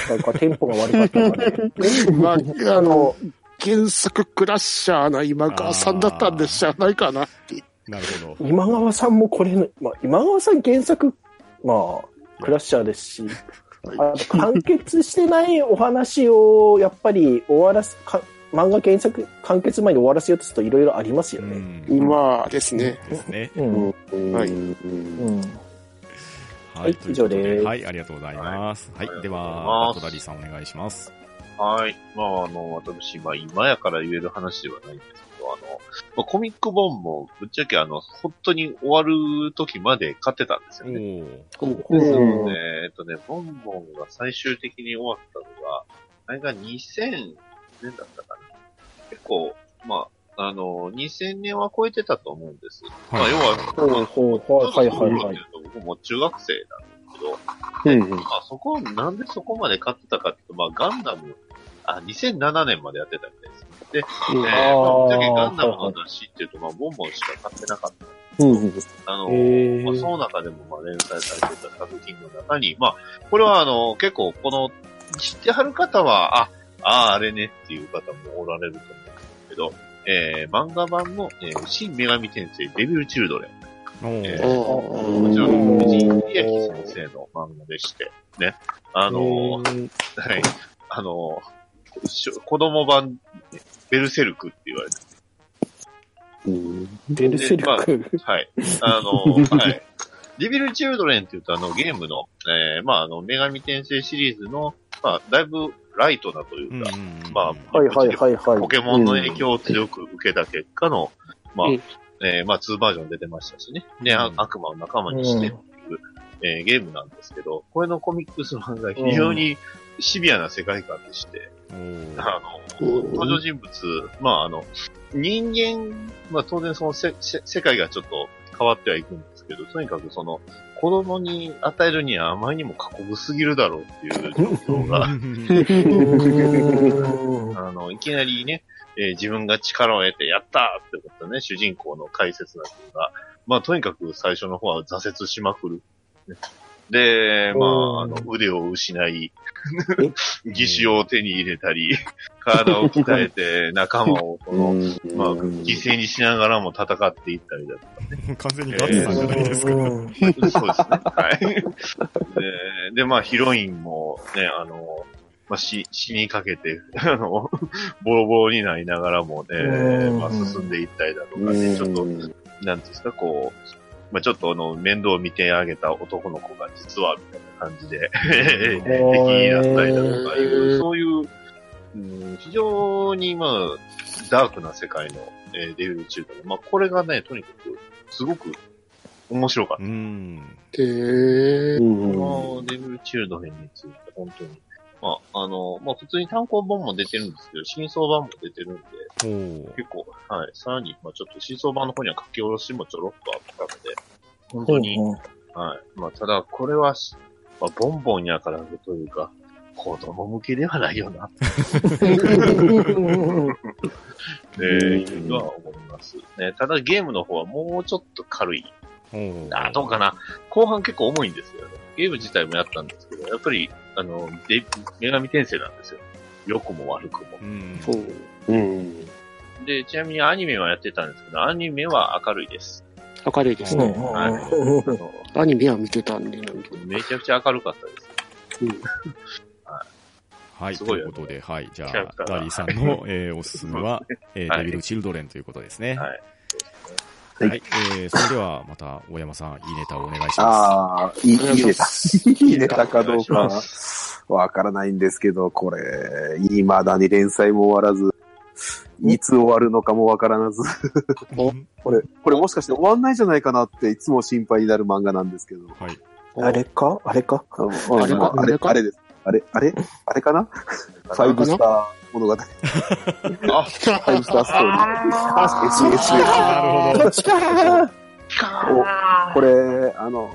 Speaker 5: たか、テンポが悪かったかで、
Speaker 4: まあ、あの、原作クラッシャーな今川さんだったんでしゃないかなって。
Speaker 3: なるほど。
Speaker 5: 今川さんもこれの、まあ、今川さん原作、まあ、クラッシャーですし、あと完結してないお話を、やっぱり終わらす、か漫画原作完結前に終わらせようとするといろいろありますよ
Speaker 3: う
Speaker 5: ね。
Speaker 3: ん
Speaker 4: まあですね。
Speaker 3: ですね。
Speaker 5: うん。
Speaker 4: はい
Speaker 5: うん。
Speaker 3: は、
Speaker 5: はいい
Speaker 3: ということ
Speaker 5: 以上
Speaker 3: で。
Speaker 5: です
Speaker 3: はい、ありがとうございます。はい、
Speaker 1: はい
Speaker 3: で
Speaker 1: あ
Speaker 3: は、
Speaker 1: りが
Speaker 3: バ
Speaker 1: とうございます
Speaker 3: トダリさんお願いします。
Speaker 1: はい。まあ、あの、私、まあ、今やから言える話ではないんですけど、あの、まあ、コミック本も、ぶっちゃけ、あの、本当に終わる時まで買ってたんですよ
Speaker 3: お
Speaker 1: ね。
Speaker 3: ー
Speaker 1: です
Speaker 5: うん
Speaker 1: ので、えっとね、ボンボンが最終的に終わったのが、あれが2000年だったかな。結構、まあ、あの、2000年は超えてたと思うんです。まあ、要は、
Speaker 5: ほうほうほう、はいはいはいはい。
Speaker 1: 僕も中学生なんですけど、
Speaker 2: うん。
Speaker 1: まあそこ、なんでそこまで買ってたかっていうと、まあガンダム、あ、2007年までやってたみたいですね。で、えー、まあぶっちゃけガンダムの雑誌っていうと、まあボンボンしか買ってなかった。
Speaker 2: うん。
Speaker 1: あの、
Speaker 5: へー
Speaker 1: まあ、その中でもまあ連載されてた作品の中に、まあ、これはあの、結構この、知ってはる方は、あ、ああ、あれねっていう方もおられると思うんですけど、えー、漫画版の、えー、新女神転生デビルチルドレン。
Speaker 3: おー
Speaker 1: え
Speaker 4: う
Speaker 1: ー
Speaker 4: ん
Speaker 1: こちら
Speaker 5: うん
Speaker 1: の藤井秀明先生の漫画でして、ね。あのー、はい。あの、しょ子供版、ベルセルクって言わ れて
Speaker 2: うん。
Speaker 5: ベルセルク。
Speaker 1: る。はい。あの、はい。デビル・チルドレンって言うと、あの、ゲームの、えー、まあ、あの、女神転生シリーズの、まあ、だいぶライトなという
Speaker 3: う
Speaker 1: か、
Speaker 3: んうんうん
Speaker 1: まあ
Speaker 5: はいはいはいはい
Speaker 1: ポ。ケモンの影響を強く受けた結果の、まあ
Speaker 4: うん、
Speaker 1: えーまあ、2バージョン出てましたしね。で、
Speaker 3: うん
Speaker 1: あ悪魔を仲間にしてっていう、えーゲームなんですけど、これのコミックス漫画、非常にシビアな世界観でして、
Speaker 3: おー
Speaker 1: あの、登場人物、まああの、人間、まあ当然そのせせ世界がちょっと変わってはいくんですけど、とにかくその、子供に与えるにはあまりにも過酷すぎるだろうっていう状況が、 あの、いきなりね、えー自分が力を得てやったってことね、主人公の解説なんていうのが、まあとにかく最初の方は挫折しまくる。で、まあ、あの、腕を失い、義手を手に入れたり、 体を鍛えて仲間をこの、まあ、犠牲にしながらも戦っていったりだとか
Speaker 3: 完全にガッツさんじゃないです か。
Speaker 1: そうですね。はい。で、でまあ、ヒロインも、ね、あの、まあ、死、死にかけて、 あの、ボロボロになりながらもね、
Speaker 5: うん
Speaker 1: まあ、進んでいったりだとか
Speaker 2: うん
Speaker 1: ね、ちょっと、なんていうんですか、こう、まあ、ちょっとあの、面倒を見てあげた男の子が実は、みたいな感じで、敵 になったりだとかいう、そういう、うん、非常に、まあ、ダークな世界の、えー、デビルチューブで、まあ、これがね、とにかく、すごく面白かった。
Speaker 3: うん。
Speaker 4: で、
Speaker 1: このデビルチュードレンについて、本当に。まあ、あの、まあ、普通に単行本も出てるんですけど、真相版も出てるんで、
Speaker 3: おー
Speaker 1: 結構、はい、さらに、まあ、ちょっと真相版の方には書き下ろしもちょろっとあったので、本当に、はい。まあ、ただ、これはし、まあ、ボンボンやからというか、子供向けではないよな、っていうのは思います。ね、ただ、ゲームの方はもうちょっと軽い
Speaker 3: おー
Speaker 1: あ、どうかな。後半結構重いんですよね。ゲーム自体もやったんですけど、やっぱり、あの、で、女神転生なんですよ。良くも悪くも
Speaker 3: う。ん。
Speaker 4: そう。
Speaker 2: うん。
Speaker 1: で、ちなみにアニメはやってたんですけど、アニメは明るいです。
Speaker 4: 明るいですね。
Speaker 1: あの
Speaker 4: アニメは見てたんで、
Speaker 1: めちゃくちゃ明るかったです。
Speaker 3: はい、
Speaker 1: す
Speaker 3: と
Speaker 1: ごい
Speaker 3: いう
Speaker 1: よ
Speaker 3: ことで、はい、じゃ
Speaker 1: キャラク
Speaker 3: あ、
Speaker 1: ターが
Speaker 3: ダリーさんの、えーおすすめ は、えー
Speaker 1: はい
Speaker 3: デビル・チルドレンということですね。
Speaker 1: はい。
Speaker 3: はい、えーそれでは、また、大山さん、いいネタをお願いしま
Speaker 2: ああ、いいいいネタ。いいネタかど
Speaker 1: お
Speaker 2: う
Speaker 1: 願いし
Speaker 2: か
Speaker 1: ま、
Speaker 2: わからないんですけど、これ、未だに連載も終わらず、いつ終わるのかもわからず、
Speaker 3: す。
Speaker 4: お
Speaker 3: うん
Speaker 2: これ、これもしかして終わんないんじゃないかなっていつも心配になる漫画なんですけど。
Speaker 3: はい。
Speaker 5: あれかあれか
Speaker 2: あのあ
Speaker 4: あれか
Speaker 2: あれあれです。あれ、あれあれかなファイブスター物語。フ
Speaker 1: あ、
Speaker 2: ァイブスターストーリー。
Speaker 3: なるほ
Speaker 5: どっちか
Speaker 2: SSS これ、あの、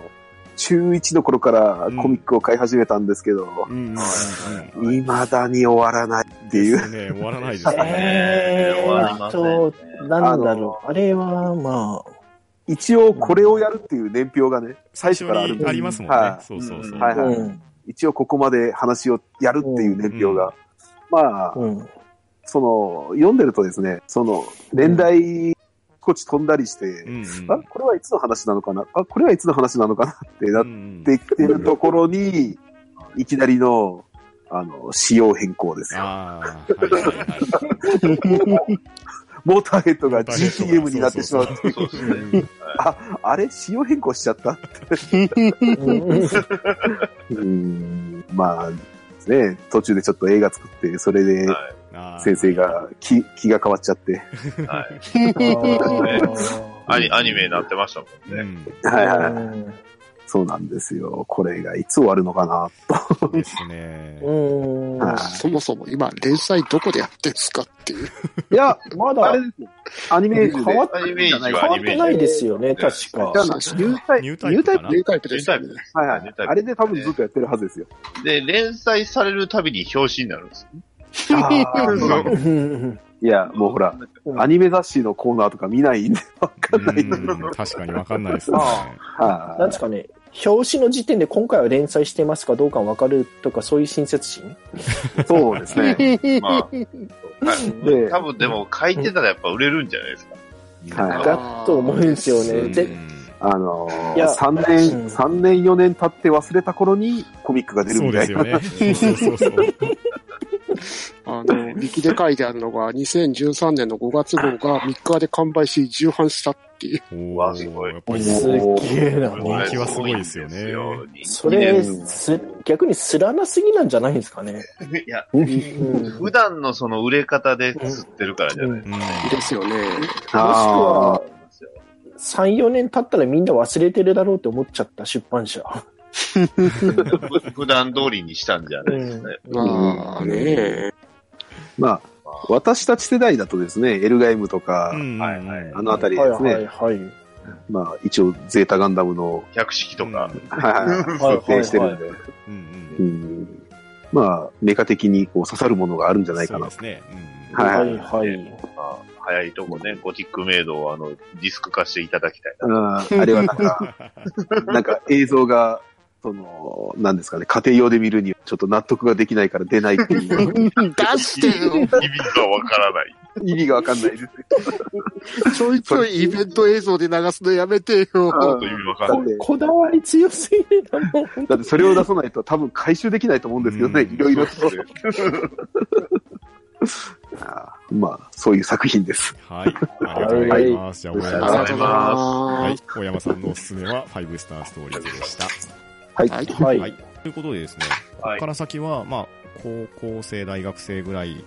Speaker 2: 中1の頃からコミックを買い始めたんですけど、
Speaker 3: うんうんうんうん
Speaker 2: 未だに終わらないってい
Speaker 3: で
Speaker 2: う。
Speaker 3: すね、終わらないですね。
Speaker 5: え
Speaker 1: 終わり
Speaker 5: ー
Speaker 1: ま
Speaker 5: っ
Speaker 1: せん
Speaker 5: と、なんだろう。あれは、ま
Speaker 2: 一応これをやるっていう年表がね、最初からある
Speaker 3: に
Speaker 2: んで
Speaker 3: あ
Speaker 2: す。
Speaker 3: りますもんね
Speaker 2: は。い
Speaker 3: そうそうそう。
Speaker 2: はい
Speaker 5: あ、。
Speaker 2: はいう
Speaker 5: ん。
Speaker 2: 一応ここまで話をやるっていう年表が。まあ、
Speaker 5: うん。
Speaker 2: その、読んでるとですね、その、年代、こっち飛んだりして、
Speaker 3: うんうん
Speaker 2: あ、これはいつの話なのかなあ、これはいつの話なのかなってなっ
Speaker 3: うん
Speaker 2: てきてるところに、いきなりの、あの、仕様変更ですよ。
Speaker 3: ああ、はいはいはい。
Speaker 2: モーターヘッドが
Speaker 3: モーターヘッドが
Speaker 2: GTM になってしまう。
Speaker 1: そうですね。
Speaker 2: あ、あれ仕様変更しちゃった
Speaker 5: うん
Speaker 2: うん、まあ、ね、途中でちょっと映画作って、それで
Speaker 1: は
Speaker 3: あー
Speaker 2: 先生。が気気が変わっちゃって。
Speaker 1: い。はい。
Speaker 5: あ
Speaker 1: ア ニアニメになってましたもん
Speaker 3: う
Speaker 1: ね。
Speaker 3: ん。
Speaker 2: はいはい。
Speaker 5: ー
Speaker 2: そうなんですよ。これがいつ終わるのかな、
Speaker 3: ですね。
Speaker 5: うん。
Speaker 2: はい
Speaker 4: そもそも今、連載どこでやってんすかっていう。
Speaker 2: いや、
Speaker 5: ま
Speaker 2: あ
Speaker 5: だ
Speaker 2: れですよ。アニメージで。
Speaker 5: 変わっ
Speaker 1: アニメージ
Speaker 5: 変
Speaker 1: は
Speaker 5: わ
Speaker 1: ア
Speaker 5: っ
Speaker 1: ニメ
Speaker 5: て
Speaker 1: ージ。
Speaker 5: ないですよね、確
Speaker 2: じゃ
Speaker 5: か
Speaker 2: あ。な入隊
Speaker 3: ニュータイプかな
Speaker 4: ニュータイプですよね。
Speaker 2: はいはい。あれで多分ずっとやってるはずですよ。
Speaker 1: で、連載されるたびに表紙になるんです。
Speaker 2: あー
Speaker 1: そう
Speaker 5: うん
Speaker 2: いや、もうほら、
Speaker 5: うん
Speaker 2: アニメ雑誌のコーナーとか見ないんで、わかんないんだけど。
Speaker 3: うん確かにわかんないですね。
Speaker 5: なん
Speaker 2: は
Speaker 5: ですかね、表紙の時点で今回は連載してますかどうかわかるとか、そういう親切心
Speaker 2: い。そうですね。
Speaker 1: まあ、はい
Speaker 2: で
Speaker 1: 多分でも書いてたらやっぱ売れるんじゃないですか。
Speaker 2: はい
Speaker 5: だと思うんですよ
Speaker 3: う
Speaker 5: ね。
Speaker 3: ん
Speaker 5: で、
Speaker 2: あの
Speaker 5: いや
Speaker 2: ー、三
Speaker 5: うん
Speaker 2: 年、三年、四年経って忘れた頃にコミックが出る
Speaker 3: そう
Speaker 2: み
Speaker 3: で
Speaker 2: たい
Speaker 3: す
Speaker 2: な。
Speaker 3: よね。そうそうそうそう。
Speaker 4: あの、力で書いてあるのが、2013年の5月号が3日で完売し、重版したっていう。
Speaker 3: お
Speaker 1: うわすごい
Speaker 3: やっぱり
Speaker 5: すっげえな。
Speaker 3: 人気はすごいですよね
Speaker 5: それ、
Speaker 2: うん
Speaker 5: す逆にすらなすぎなんじゃないんですかね。
Speaker 1: いや、
Speaker 5: うん
Speaker 1: 普段のその売れ方で吸ってるからじゃない
Speaker 3: うん
Speaker 4: ですよね。
Speaker 2: あ
Speaker 5: もしくは、3、4年経ったらみんな忘れてるだろうって思っちゃった出版社。
Speaker 1: ふ普段通りにしたんじゃないですかね。
Speaker 4: まあね。
Speaker 2: ーまあ、私たち世代だとですね、エルガイムとか
Speaker 3: う、ん
Speaker 1: はいはい
Speaker 2: あのあたり
Speaker 5: はい
Speaker 2: です
Speaker 5: はい
Speaker 2: ね。
Speaker 5: はい。
Speaker 2: まあ、一応、ゼータガンダムの、
Speaker 1: 百式とか。
Speaker 2: はい、
Speaker 5: はいはいはい
Speaker 2: 設定してるんで、
Speaker 3: うんう
Speaker 2: う
Speaker 3: ん
Speaker 2: んまあ、メカ的にこう刺さるものがあるんじゃないかな。
Speaker 3: そうですね。うん
Speaker 2: はい
Speaker 5: はいはい。
Speaker 1: まあ早いとこね、ゴティックメイドをあの、ディスク化していただきたい
Speaker 2: うん、あれはなんか、なんか映像が、その、なんですかね、家庭用で見るにはちょっと納得ができないから出ないっ ていう、
Speaker 4: 出してよ。
Speaker 1: な。意味がわからない。
Speaker 2: 意味がわかんないです。
Speaker 4: ちょいちょいイベント映像で流すのやめてよ。
Speaker 1: ちょっと意味わかんない。
Speaker 2: だって
Speaker 5: こだわり強すぎるな、もう。
Speaker 2: だってそれを出さないと多分回収できないと思うんですけどね、
Speaker 3: うん
Speaker 2: いろいろと。あー まあ、そういう作品です。
Speaker 3: はい。ありがとうございます。じゃあ、大
Speaker 2: あり
Speaker 3: 山
Speaker 2: が
Speaker 4: あ
Speaker 1: と
Speaker 4: り
Speaker 1: う
Speaker 3: さ
Speaker 4: が
Speaker 1: ござ
Speaker 4: と
Speaker 1: いうます
Speaker 3: ん。はい。。大
Speaker 4: ございます
Speaker 3: 山さんのおすすめは、ファイブスターストーリーズでした。
Speaker 2: はい。
Speaker 4: はい
Speaker 5: はい。
Speaker 3: はいということでですね、こ
Speaker 1: は
Speaker 3: こ
Speaker 1: い
Speaker 3: か。ら先は、まあ、高校生、大学生ぐらい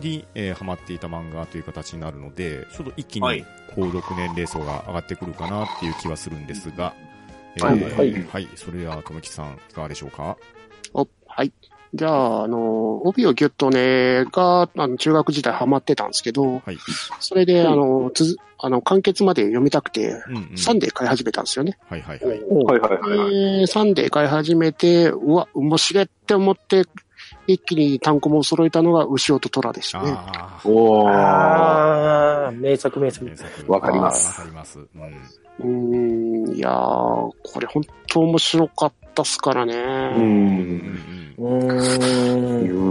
Speaker 3: に、えーハマっていた漫画という形になるので、ちょっと一気に
Speaker 1: はい
Speaker 3: 購読年齢層が上がってくるかなっていう気はするんですが、え
Speaker 2: はい
Speaker 3: ー
Speaker 5: はい
Speaker 3: はい、それでは、ともきさん、いかがでしょうか
Speaker 4: おはい。じゃあ、あの、帯をギュッとね、が、あの、中学時代ハマってたんですけど、
Speaker 3: はい。
Speaker 4: それで、
Speaker 5: はい
Speaker 4: あの、つづ、あの、完結まで読みたくて、
Speaker 3: うん、うん。
Speaker 4: サンデー買い始めたんですよね。
Speaker 3: はいはいはい。
Speaker 2: はいはいはいはい。
Speaker 4: で、サンデー買い始めて、うわ、面白いって思って、一気に単行本を揃えたのが、牛尾と虎でしたね。
Speaker 3: あー
Speaker 2: おー。
Speaker 5: ああ、名作名作
Speaker 3: 原。作
Speaker 2: わかります
Speaker 3: わかります。うん。
Speaker 4: うーん、いやー、これ本当面白かったっすから
Speaker 2: う
Speaker 4: ね。
Speaker 3: うん
Speaker 2: ん。
Speaker 5: うーん。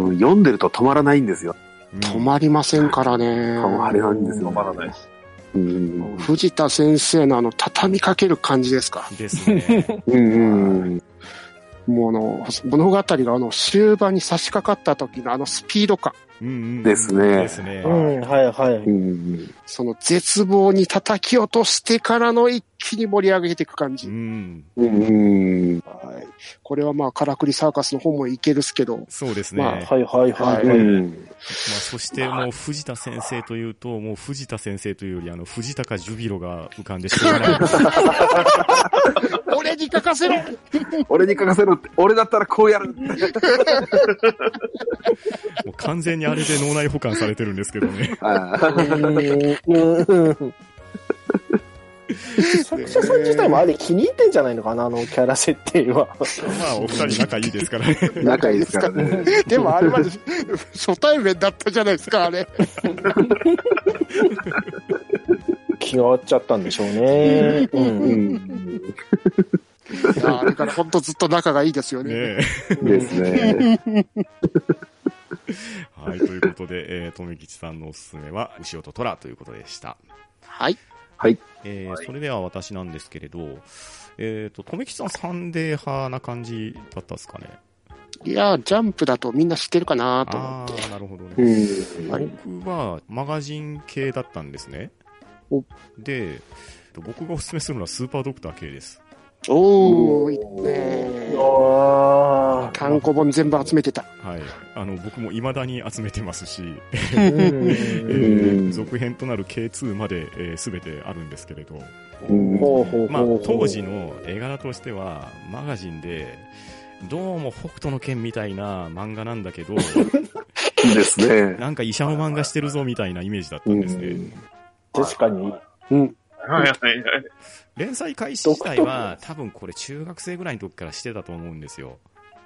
Speaker 2: うん読んでると止まらないんですよ。
Speaker 3: うん。
Speaker 4: 止まりませんからね。
Speaker 2: 止まれないんですよ。
Speaker 1: 止まらないです。
Speaker 2: うん。
Speaker 4: 藤田先生のあの、畳みかける感じですか。
Speaker 3: ですね。
Speaker 2: うんうん。
Speaker 4: もうあの、物語があの、終盤に差し掛かった時のあのスピード感。
Speaker 3: うんうん
Speaker 2: ですね
Speaker 3: ですね。
Speaker 5: うん、はいはい。
Speaker 2: うん。
Speaker 4: その絶望に叩き落としてからの一気に盛り上げていく感じ。
Speaker 3: うん。
Speaker 2: うん。
Speaker 4: はい。これはまあ、カラクリサーカスの方もいけるっすけど、
Speaker 3: そうですね。
Speaker 5: まあ、はいはいはい。
Speaker 2: う
Speaker 5: はい
Speaker 2: ん。
Speaker 3: まあ、そしてもう藤田先生というと、もう藤田先生というより、あの、藤高ジュビロが浮かんでしょうがない。
Speaker 4: 俺に書かせろ
Speaker 2: 俺に書かせろって、俺だったらこうやる。
Speaker 3: もう完全にあれで脳内保管されてるんですけど ね。
Speaker 2: あ
Speaker 5: うん作者さん自体もあれ気に入ってんじゃないのかな、あのキャラ設定は。
Speaker 3: まあ、お二人仲いいですからね。
Speaker 2: あ仲いいですからね。
Speaker 4: でもあれまで初対面だったじゃないですか、あれ。
Speaker 5: 気が合っちゃったんでしょうね。うん
Speaker 2: うん。
Speaker 4: いやあれから本当ずっと仲がいいですよね。
Speaker 3: ねえ。
Speaker 2: ですね。
Speaker 3: はい、ということで、えー、とめきちさんのおすすめは、牛尾と虎ということでした。
Speaker 4: はい。
Speaker 2: はい。
Speaker 3: えー
Speaker 1: はい
Speaker 3: それでは私なんですけれど、えっ、と、とめきちさんサンデー派な感じだったですかね。
Speaker 4: いやー、ジャンプだとみんな知ってるかなと思
Speaker 3: ああ、なるほど
Speaker 2: う
Speaker 3: ね。
Speaker 2: ん。
Speaker 4: はい
Speaker 3: 僕はマガジン系だったんですね
Speaker 4: お。
Speaker 3: で、僕がおすすめするのはスーパードクター系です。
Speaker 4: う。おー、いいねー。
Speaker 5: あ
Speaker 4: 単行本全部集めてた。
Speaker 3: はい。あの、僕も未だに集めてますし、
Speaker 5: ー
Speaker 3: え
Speaker 5: う
Speaker 3: ー
Speaker 2: う ん
Speaker 3: 続編となる K2 まで、えー、全てあるんですけれど、
Speaker 5: んほうほう
Speaker 3: まあ
Speaker 5: ほうほう。、
Speaker 3: 当時の絵柄としては、マガジンで、どうも北斗の剣みたいな漫画なんだけど、
Speaker 2: ですね。
Speaker 3: なんか医者の漫画してるぞみたいなイメージだったんですね。
Speaker 5: 確かに。
Speaker 1: はいはいはい。
Speaker 3: 連載開始自体は、多分これ中学生ぐらいの時からしてたと思うんですよ。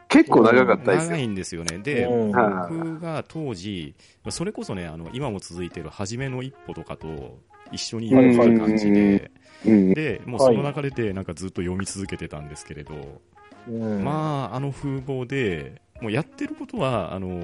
Speaker 2: 結構長かったです
Speaker 3: 長
Speaker 2: よ。
Speaker 3: いんですよね。で、
Speaker 5: うん
Speaker 3: 僕が当時、それこそね、あの、今も続いてる初めの一歩とかと一緒に読んでる感じで、
Speaker 2: うん。
Speaker 3: で、もうその流れでなんかずっと読み続けてたんですけれど、
Speaker 5: ま
Speaker 3: まあ、あの風貌で、もうやってることは、あのど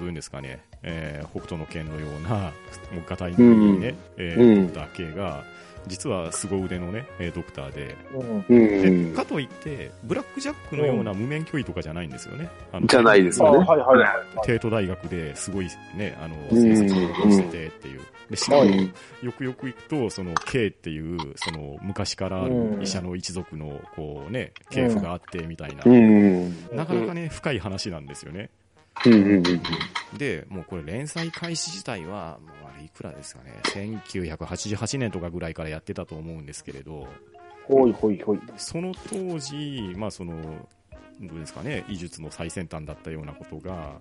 Speaker 3: ういうんですかね、えー北斗の剣のような、 もうガタイのいいね、えー
Speaker 2: うん
Speaker 3: ドクター系が、実は凄腕のね、えードクターで、
Speaker 2: う
Speaker 3: で
Speaker 2: ん。
Speaker 3: かといって、ブラックジャックのような無免許医とかじゃないんですよね。あの
Speaker 2: じゃないです
Speaker 5: あ
Speaker 2: よね。
Speaker 5: はいはいはい。
Speaker 3: 帝都大学ですごいね、あの、成
Speaker 2: ん
Speaker 3: 績を残しててっていう。で、しかも、
Speaker 5: は
Speaker 2: うん
Speaker 3: よくよく行くと、その、K っていう、その、昔からある医者の一族の、こうね、系譜があって、みたいな。
Speaker 2: うん。
Speaker 3: なかなかね、深い話なんですよね。
Speaker 2: うん。
Speaker 3: で、もうこれ連載開始自体は、もうあれいくらですかね、1988年とかぐらいからやってたと思うんですけれど、
Speaker 5: ほいほいほい。
Speaker 3: その当時、まあその、どうですかね、医術の最先端だったようなことが、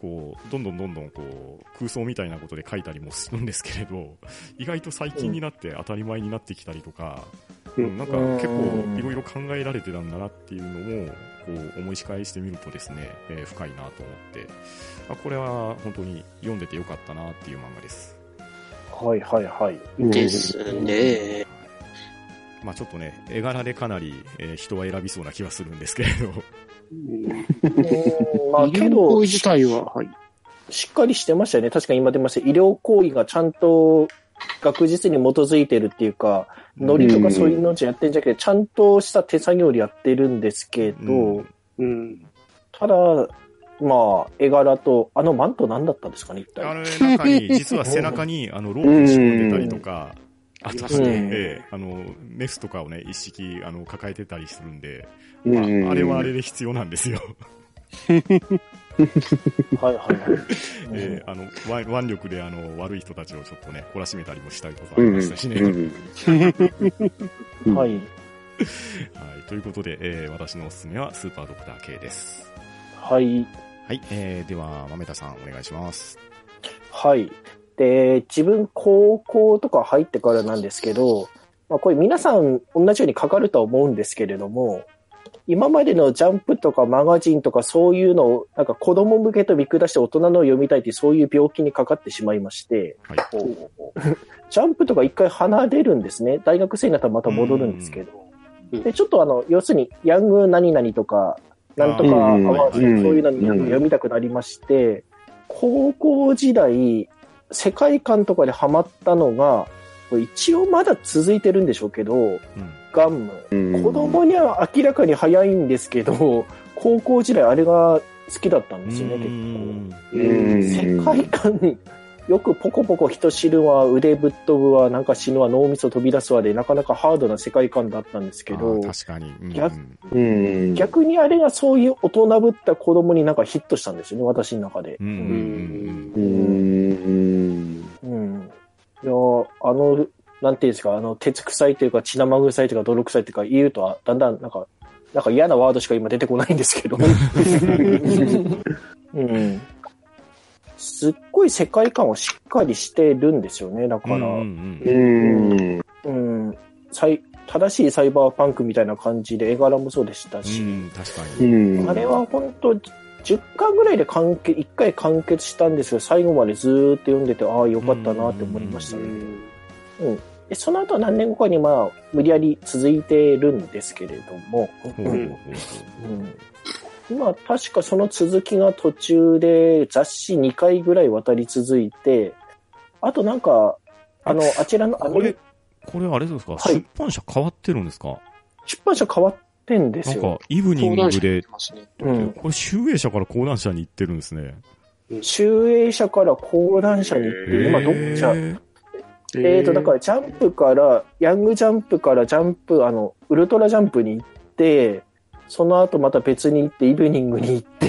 Speaker 3: こう、どんどんどんどんこう、空想みたいなことで書いたりもするんですけれど、 意外と最近になって当たり前になってきたりとか、
Speaker 2: うん
Speaker 3: うんなんか結構いろいろ考えられてたんだなっていうのも、こう思い返してみるとですね、えー深いなと思って、あこれは本当に読んでてよかったなっていう漫画です。
Speaker 5: はいはいはい。
Speaker 4: ですね。
Speaker 3: まあちょっとね、絵柄でかなり、えー人は選びそうな気はするんですけれど、
Speaker 5: うんまあ
Speaker 4: 医
Speaker 5: け
Speaker 4: 療
Speaker 5: ど
Speaker 4: 行為、自体は、はい。
Speaker 5: しっかりしてましたよね。確かに今出ました。医療行為がちゃんと学術に基づいてるっていうか、ノリとかそういうのじゃやってんじゃなくて、ちゃんとした手作業でやってるんですけど、
Speaker 3: うん
Speaker 4: うん。
Speaker 5: ただ、まあ、絵柄と、あのマント何だったんですかね、一
Speaker 3: あ
Speaker 5: 体。
Speaker 3: の中に、実は背中に、あの、ロープ仕込んでたりとか、あとですね、
Speaker 5: うん
Speaker 3: ええあの、メスとかをね、一式、あの、抱えてたりするんで、
Speaker 2: う
Speaker 3: まあ
Speaker 2: ん。
Speaker 3: あれはあれで必要なんですよ。
Speaker 5: はいはいはい。
Speaker 3: ええあの、腕腕力で、あの、悪い人たちをちょっとね、懲らしめたりもしたりとかあ
Speaker 2: う
Speaker 3: り
Speaker 2: ん。
Speaker 3: ま
Speaker 2: う
Speaker 3: したしね。はい。
Speaker 2: ん。
Speaker 5: うんはい。
Speaker 3: ということで、ええ私のおすすめは、スーパードクター系です。
Speaker 5: はい。
Speaker 3: はい、ええでは、豆田さん、お願いします。
Speaker 5: はい。で、自分、高校とか入ってからなんですけど、まあ、これ皆さん同じようにかかるとは思うんですけれども、今までのジャンプとかマガジンとかそういうのを、なんか子供向けと見下して大人のを読みたいっていうそういう病気にかかってしまいまして、
Speaker 3: はい。
Speaker 5: ジャンプとか一回離れるんですね。大学生になったらまた戻るんですけど。
Speaker 4: うん
Speaker 5: で、ちょっとあの、要するに、ヤング何々とか、なんとかアワードとか、そう
Speaker 2: うんうん
Speaker 5: いうのに読みたくなりまして、高校時代、世界観とかでハマったのが、これ一応まだ続いてるんでしょうけど、
Speaker 3: うん。
Speaker 5: ガンム。
Speaker 2: うん
Speaker 5: 子供には明らかに早いんですけど、高校時代あれが好きだったんですよね、
Speaker 3: う
Speaker 5: 結
Speaker 3: ん
Speaker 5: 構。世界観によくポコポコ人知るわ、腕ぶっ飛ぶわ、なんか死ぬわ、脳みそ飛び出すわで、なかなかハードな世界観だったんですけ
Speaker 3: あ
Speaker 5: ど、
Speaker 3: ー確かに。うん
Speaker 5: や
Speaker 2: うん。
Speaker 5: 逆にあれがそういう大人ぶった子供になんかヒットしたんですよね、私の中で。
Speaker 3: うんうんうん
Speaker 2: うん。
Speaker 5: うん。いやーあの、なんていうんですか、あの、鉄臭いというか、血生臭いというか、泥臭いというか、言うとは、だんだん、なんか、なんか嫌なワードしか今出てこないんですけど。うん。すっごい世界観をしっかりしてるんですよね、だから。
Speaker 3: う
Speaker 5: うん
Speaker 3: ん
Speaker 2: うん。
Speaker 5: さい正しいサイバーパンクみたいな感じで、絵柄もそうでした
Speaker 3: う
Speaker 5: し、
Speaker 3: ん、確か
Speaker 2: う
Speaker 3: に。
Speaker 2: ん。
Speaker 5: あれは本当10巻ぐらいで完結、1回完結したんですけど、最後までずーっと読んでて、ああ、よかったなって思いましたね。で、その後何年後かにまあ、無理やり続いてるんですけれども、
Speaker 3: ほうほうほうほ
Speaker 5: うん今確かその続きが途中で雑誌2回ぐらい渡り続いて、あとなんか、あの、あちらのア
Speaker 3: う
Speaker 5: メ
Speaker 3: こ
Speaker 5: リ
Speaker 3: れ
Speaker 5: カ、
Speaker 3: これあれですか、
Speaker 5: はい
Speaker 3: 出版社変わってるんですか
Speaker 5: 出版社変わってんで
Speaker 3: な
Speaker 5: す
Speaker 3: ん
Speaker 5: よ
Speaker 3: か。、イブニン
Speaker 4: 講談
Speaker 3: グ
Speaker 4: 社に
Speaker 3: で
Speaker 4: 出、てますね。
Speaker 5: うん。
Speaker 3: これ、集英社から講談社に行ってるんですね。
Speaker 5: 集英社から講談社に行って、今どっち
Speaker 3: へ
Speaker 5: ゃ、
Speaker 3: ー
Speaker 5: えーと、だから、ジャンプから、ヤングジャンプからジャンプ、あの、ウルトラジャンプに行って、その後また別に行って、イブニングに行って、
Speaker 3: へ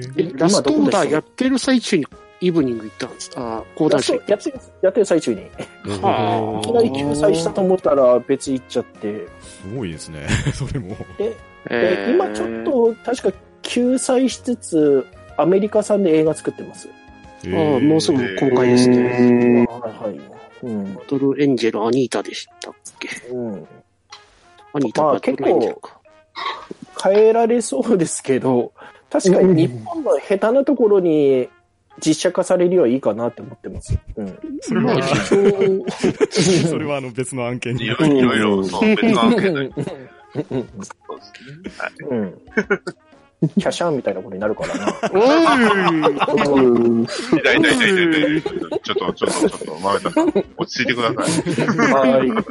Speaker 3: ー
Speaker 4: え、ラストオーダーやってる最中にイブニング行ったんです。ああ、講
Speaker 5: や
Speaker 4: 談
Speaker 5: っ
Speaker 4: 社
Speaker 5: て。やってるやってる最中に。い
Speaker 4: はあ
Speaker 5: きなり救済したと思ったら別行っちゃって。
Speaker 3: すごいですね、 それも。
Speaker 5: で、今ちょっと、確か救済しつつ、アメリカ産で映画作ってます。
Speaker 3: え
Speaker 4: ああ、もうすぐ公開ですね。
Speaker 2: ね。
Speaker 5: はいはい。うん
Speaker 4: バ。トルエンジェル、アニータでしたっけ
Speaker 5: うん。
Speaker 4: アニータ
Speaker 5: まあ
Speaker 4: バトルエンジェルか。
Speaker 5: 変えられそうですけど、確かに日本の下手なところに実写化されるよりはいいかなって思ってます。うん。
Speaker 3: それは、
Speaker 4: まあ一応
Speaker 3: それはあの別の案件
Speaker 1: い
Speaker 3: に。
Speaker 1: ろいろいろ、そう、別の案件だけどそうですね。はい。
Speaker 5: うん。キャシャンみたいなことになるからな。
Speaker 4: おー
Speaker 2: うん。
Speaker 1: 痛い痛い痛い痛い痛い。ちょっと、ちょっと、ちょっと、豆田さん、落ち着いてください。
Speaker 5: は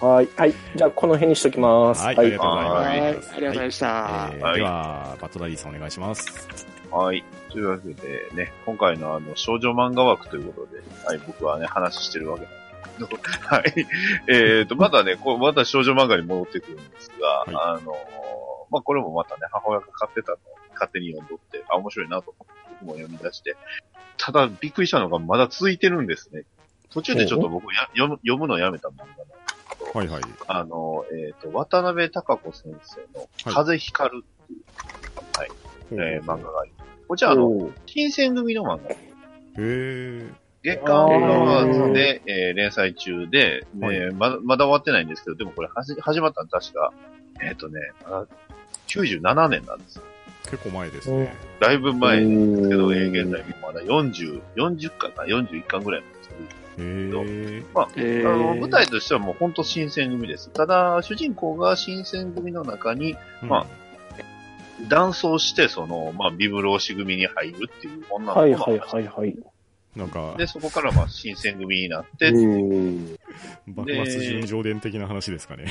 Speaker 5: い。はい。はい。じゃあ、この辺にしときます。
Speaker 3: はい、ありがとうござい
Speaker 4: はい、あり
Speaker 3: ま
Speaker 4: が
Speaker 3: す。
Speaker 4: とうございました。
Speaker 3: えーでは、バットダディさんお願いします。
Speaker 1: はい。というわけでね、今回のあの、少女漫画枠ということで、はい、僕はね、話してるわけなんですけど、はい。えっと、まだね、こうまた少女漫画に戻ってくるんですが、
Speaker 3: い
Speaker 1: あのーまあ、これもまたね、母親が買ってたのを勝手に読んどって、あ、面白いなと思って、僕も読み出して、ただ、びっくりしたのが、まだ続いてるんですね。途中でちょっと僕や読む、読むのやめた漫画なんで
Speaker 3: はいはい。
Speaker 1: あの、えっ、と、渡辺孝子先生の風光るっていう、えー漫画があります。こちら、あの、
Speaker 5: おー
Speaker 1: 金銭組の漫画。
Speaker 3: へー
Speaker 1: 月刊フラワーズで、えー連載中で、
Speaker 3: はい
Speaker 1: えーまだ、まだ終わってないんですけど、でもこれはじ始まったの確か、えっ、とね、まだ97年なんですよ。
Speaker 3: 結構前ですね。
Speaker 1: だいぶ前です
Speaker 2: す
Speaker 1: けど、えー現在まだ40、40巻か41巻ぐらいなんですけど、
Speaker 3: へー
Speaker 4: え
Speaker 1: あの
Speaker 4: ー
Speaker 1: 舞台としてはもう本当新選組です。ただ、主人公が新選組の中に、
Speaker 3: うん
Speaker 1: ま断層して、その、まあ、ビブローシ組に入るっていう女の子
Speaker 5: はい
Speaker 1: が
Speaker 5: はいはいはい。
Speaker 3: なんか、
Speaker 1: で、そこからまあ、新選組になって、
Speaker 2: うん。
Speaker 3: 幕末純情伝的な話ですかね。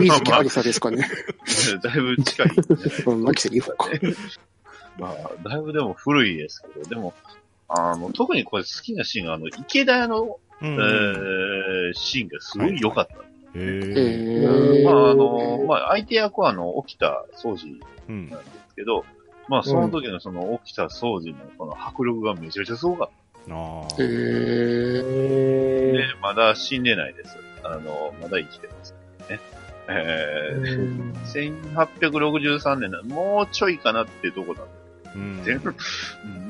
Speaker 4: 水木ありさですかね。
Speaker 1: だいぶ近いんじゃないですか
Speaker 4: うん、マキセリフか。
Speaker 1: まあ、だいぶでも古いですけど、でも、あの、特にこれ好きなシーンが、あの、池田屋の、
Speaker 3: う
Speaker 1: え
Speaker 3: ん
Speaker 1: ーシーンがすごい良かった。
Speaker 3: へ
Speaker 4: え
Speaker 3: ー
Speaker 4: ー
Speaker 1: まあ、あの、まあ、相手役は、あの、沖田総司
Speaker 3: うん
Speaker 1: なんですけど、まあ、その時のその、沖田総司のこの迫力がめちゃめちゃすごかった。
Speaker 3: あ
Speaker 4: え
Speaker 3: ー
Speaker 4: ー
Speaker 5: え
Speaker 1: で、まだ死んでないです。あの、まだ生きてますね。えー
Speaker 5: ー。
Speaker 1: 1863年な、もうちょいかなっていうとこなん
Speaker 3: うん
Speaker 1: で、全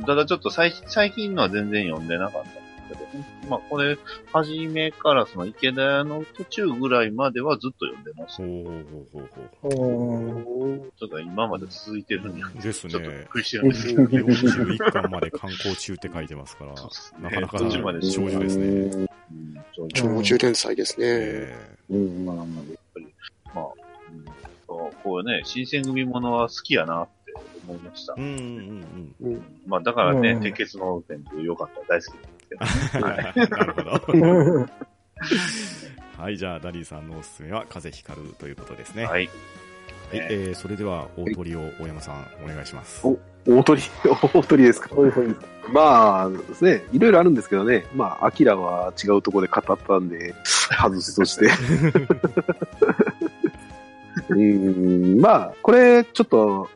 Speaker 1: ただちょっと最最近のは全然読んでなかったんですけど、まあこれ、初めからその池田屋の途中ぐらいまではずっと読んでました。
Speaker 3: ほうほうほうほう
Speaker 5: うん
Speaker 1: ちょっと今まで続いてるんで、
Speaker 3: ほう。です
Speaker 1: ちょっとびっ
Speaker 3: ね。
Speaker 1: くりしてるんですけど、
Speaker 3: 41巻まで観光中って書いてますから、なかなか
Speaker 1: 途中まで
Speaker 3: 少女ですね。
Speaker 1: うんそう
Speaker 5: ょ
Speaker 4: 長寿連載ですね。
Speaker 3: え
Speaker 2: うん。
Speaker 1: まあまあやっぱり、まあ、うんそうこうね、新選組ものは好きやなって思いました
Speaker 3: ー。うんうん
Speaker 1: まあだからね、
Speaker 5: うん
Speaker 1: 鉄血の天って良かった、大好きです
Speaker 3: う
Speaker 1: け
Speaker 3: ん。
Speaker 1: ど。
Speaker 3: な
Speaker 1: はい
Speaker 3: るほど。
Speaker 5: うん
Speaker 3: はい、じゃあ、ダリーさんのおすすめは、風光るということですね。
Speaker 1: はい。
Speaker 3: はい、えーそれでは大鳥を大山さんお願いします。
Speaker 2: お大鳥、 大鳥ですか。
Speaker 5: ほいほい。
Speaker 2: まあ、ですね、いろいろあるんですけどね、まあ、アキラは違うところで語ったんで、外すと して。うーん、まあ、これ、ちょっと、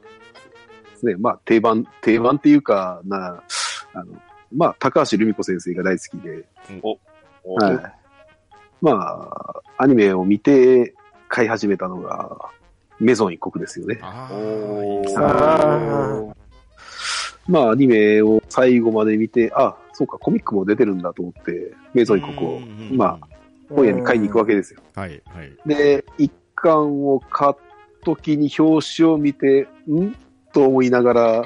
Speaker 2: ですね、まあ、定番、定番っていうかな、あの、まあ、高橋留美子先生が大好きで、
Speaker 1: お
Speaker 2: はい。まあ、アニメを見て買い始めたのが、メゾン一国ですよね。
Speaker 3: ああ、
Speaker 1: おー
Speaker 3: いいですね
Speaker 5: ああ。
Speaker 2: まあ、アニメを最後まで見て、あ、そうか、コミックも出てるんだと思って、メゾン一国を
Speaker 3: うんうんうん
Speaker 2: ま本屋に買いに行くわけですよ。
Speaker 3: はい、はい。
Speaker 2: で、一巻を買っときに表紙を見て、んと思いながら、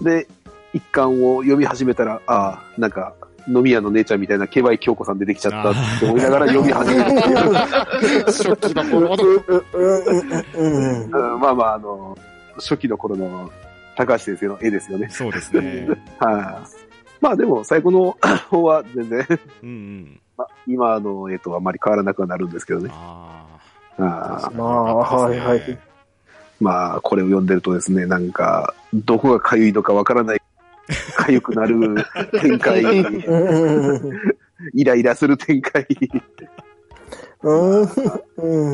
Speaker 2: で、一巻を読み始めたら、ああ、なんか、飲み屋の姉ちゃんみたいな、ケバイ京子さん出てきちゃったって思いながら読み始めるっていう。
Speaker 4: 初期の
Speaker 5: うん。
Speaker 4: 頃の
Speaker 5: うんうんうん。
Speaker 2: うんまあまあ、あの、初期の頃の高橋先生の絵ですよね。
Speaker 3: そうですね。
Speaker 2: はい。まあでも、最後の 方は全然、
Speaker 3: うん
Speaker 2: まあ、今の絵とあまり変わらなくはなるんですけど
Speaker 3: うん。
Speaker 2: ね。
Speaker 3: あ
Speaker 2: あ
Speaker 3: あ
Speaker 2: あ。
Speaker 5: まあはいはい。
Speaker 2: まあ、これを読んでるとですね、なんか、どこが痒いのかわからない、 痒くなる展開、
Speaker 5: うんうんうん
Speaker 2: イライラする展開、
Speaker 5: うんうんう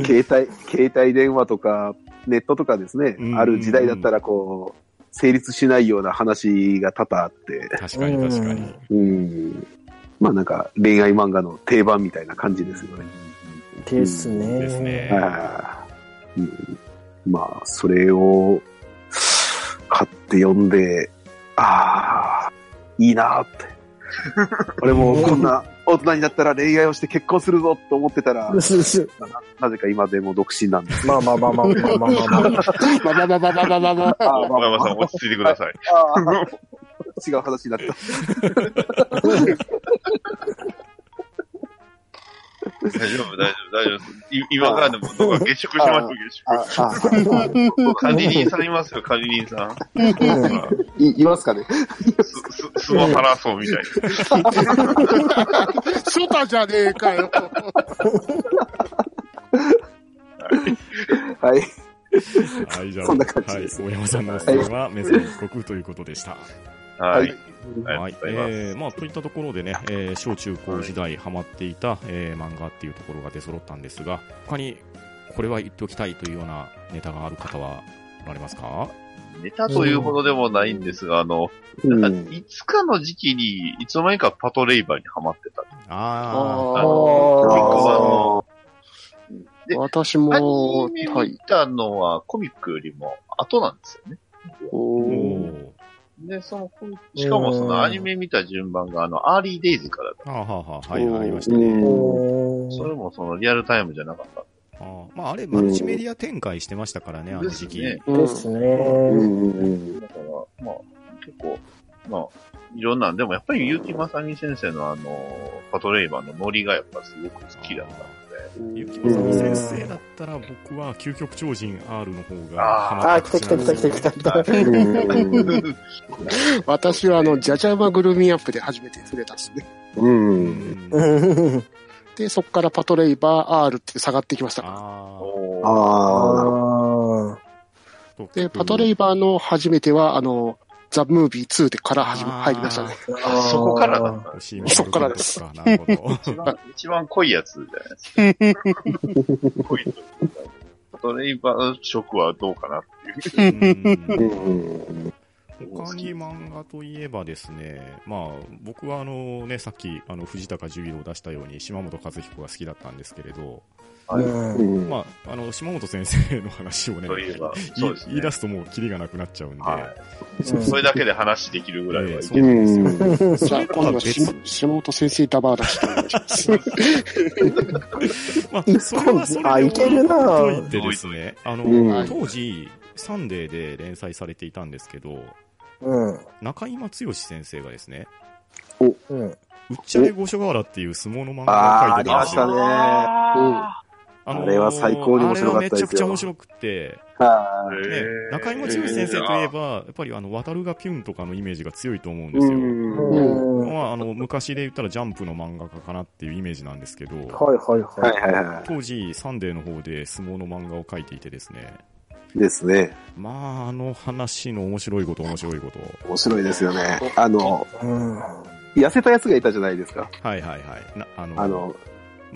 Speaker 5: ん。
Speaker 2: 携帯、携帯電話とか、ネットとかですね
Speaker 3: う、ん
Speaker 2: ある時代だったらこう、成立しないような話が多々あって、
Speaker 3: 確かに確かに。
Speaker 2: うん。まあなんか恋愛漫画の定番みたいな感じですよね。
Speaker 5: ですね。
Speaker 3: ですね。
Speaker 2: あーうん、まあそれを買って読んで、ああ、いいなー って。俺もこんな大人になったら恋愛をして結婚するぞと思ってたら、
Speaker 5: すす
Speaker 2: なぜか今でも独身なんです。
Speaker 5: まあまあまあまあまあまあまあまあ。
Speaker 4: まあまあまあまあまあまあまあまあ。
Speaker 2: あー
Speaker 1: 小山さん、
Speaker 2: あ
Speaker 1: 落ち着いてください。
Speaker 2: あー、違う話になった。
Speaker 1: 大丈夫、大丈夫、大丈夫。い今からでも、どうか月食しましょう、月食。
Speaker 2: ああー、
Speaker 1: 管理人さんいますよ、管理人さん。
Speaker 5: う
Speaker 2: いいますかね。
Speaker 1: す、す、スマハラソンみたいな。
Speaker 4: ショタじゃねえかよ。
Speaker 2: はい。
Speaker 3: はい、じゃあ、
Speaker 2: そんな感じです
Speaker 3: はい、大山さんのおすすめは、メゾン一国ということでした。
Speaker 1: はい。あ
Speaker 3: は
Speaker 1: り
Speaker 3: い
Speaker 1: が、とうございます。
Speaker 3: えー、まあ、といったところでね、えー小中高時代ハマっていた、えー漫画っていうところが出揃ったんですが、他にこれは言っておきたいというようなネタがある方はおられますか
Speaker 1: ネタというほどでもないんですが、あの、
Speaker 2: う
Speaker 1: なんんか、いつかの時期に、いつの間にかパトレイバーにハマってた。
Speaker 3: あ
Speaker 1: あ
Speaker 5: あ
Speaker 1: ので
Speaker 4: 私
Speaker 1: ア
Speaker 4: も、
Speaker 1: ニメ
Speaker 4: はい
Speaker 1: 見。たのはコミックよりも後なんですよね。
Speaker 3: ー
Speaker 2: おー
Speaker 3: お
Speaker 1: で、そのコミック、しかもそのアニメ見た順番が、あの、アーリーデイズからだ。
Speaker 3: ーはあはあはあはい、
Speaker 2: おー
Speaker 3: ありましたね。
Speaker 5: お
Speaker 1: そ
Speaker 5: ー
Speaker 1: れもそのリアルタイムじゃなかった。
Speaker 3: あーまあ、あれ、マルチメディア展開してましたからね、あの時期。
Speaker 1: ですね
Speaker 4: うん
Speaker 5: です
Speaker 2: う
Speaker 5: ね。
Speaker 2: んうん
Speaker 1: だから、まあ、結構、まあ、いろんなん、でもやっぱり結城正美先生のあの、パトレイバーのノリがやっぱすごく好きだったの
Speaker 3: ゆきまさみ先生だったら、僕は究極超人 R の方がハマ
Speaker 5: あ
Speaker 3: っ
Speaker 5: ー、
Speaker 3: た
Speaker 5: 来
Speaker 3: か
Speaker 5: た
Speaker 3: も
Speaker 5: 来
Speaker 3: しれ
Speaker 5: た
Speaker 3: ない
Speaker 5: 来
Speaker 3: ですね
Speaker 5: た来た来た来た。
Speaker 2: うんうん
Speaker 1: で。
Speaker 4: 私は、あの、ジャジャマグルミアップで初めて触れたんですね。
Speaker 2: うん
Speaker 3: う
Speaker 2: う
Speaker 3: ん
Speaker 2: ん
Speaker 5: うん
Speaker 4: で、そっからパトレイバー R って下がってきましたから。
Speaker 3: あ
Speaker 1: おー
Speaker 2: あ
Speaker 5: あ
Speaker 3: ー
Speaker 4: で、パトレイバーの初めては、あの、ザ・ムービー2でから始め、
Speaker 3: あー
Speaker 4: 入りましたね。
Speaker 5: あ。
Speaker 1: そこからだったんで
Speaker 3: シー
Speaker 4: そっからです
Speaker 3: なるほ
Speaker 1: す。
Speaker 3: ど。
Speaker 1: 一番、一番濃いやつじゃないですか。濃いというかパトレイバー色はどうかなっていう。
Speaker 3: うん
Speaker 2: ー。うん
Speaker 3: 他に漫画といえばですね、まあ、僕はあの、ね、さっきあの藤高十郎を出したように島本和彦が好きだったんですけれど、
Speaker 1: あれ
Speaker 5: うん
Speaker 2: うん
Speaker 3: まあ、あの島本先生の話をね
Speaker 1: といえば、そ
Speaker 3: 言
Speaker 1: う
Speaker 3: い
Speaker 1: です
Speaker 3: 言い
Speaker 1: ね
Speaker 3: 出。すともうキリがなくなっちゃうんで、
Speaker 1: は
Speaker 5: うん
Speaker 1: それだけで話できるぐらいはいけ
Speaker 2: う
Speaker 1: る。
Speaker 2: ん
Speaker 4: じゃあ、今度は
Speaker 3: 別
Speaker 4: 下下本先生ダバーだし。
Speaker 3: まあ、それはそ
Speaker 5: あ
Speaker 3: れ
Speaker 5: いけるなぁ
Speaker 3: といてですね、あの、
Speaker 2: うん
Speaker 3: 当時、サンデーで連載されていたんですけど、
Speaker 5: うん。
Speaker 3: 中井正義先生がですね、
Speaker 5: うん。
Speaker 3: うっちゃれ五所川原っていう相撲の漫画を
Speaker 2: ああー、
Speaker 3: 書
Speaker 2: あ
Speaker 3: いてた
Speaker 2: り
Speaker 3: ん
Speaker 2: ま
Speaker 3: で
Speaker 2: し
Speaker 3: すよ
Speaker 2: た。ね。うん
Speaker 3: のー
Speaker 2: あれは最高に面白かったですよ
Speaker 3: あれはめちゃくちゃ面白くって、
Speaker 2: は
Speaker 1: へ
Speaker 3: ね
Speaker 1: ー、
Speaker 3: 中井正義先生といえば、やっぱりあの、渡るがピュンとかのイメージが強いと思うん
Speaker 2: い。
Speaker 3: ですよ。
Speaker 5: うん
Speaker 3: まあ、あの、昔で言ったらジャンプの漫画家かなっていうイメージなんですけど、
Speaker 5: はいはい
Speaker 2: は
Speaker 5: はい
Speaker 2: はいはい。
Speaker 3: 当時、サンデーの方で相撲の漫画を描いていてですね、
Speaker 2: ですね。
Speaker 3: まあ、あの話の面白いこと、面白いこと。
Speaker 2: 面白いですよね。あの、痩せたやつがいたじゃないですか。
Speaker 3: はいはいはい。なあの、
Speaker 2: あの、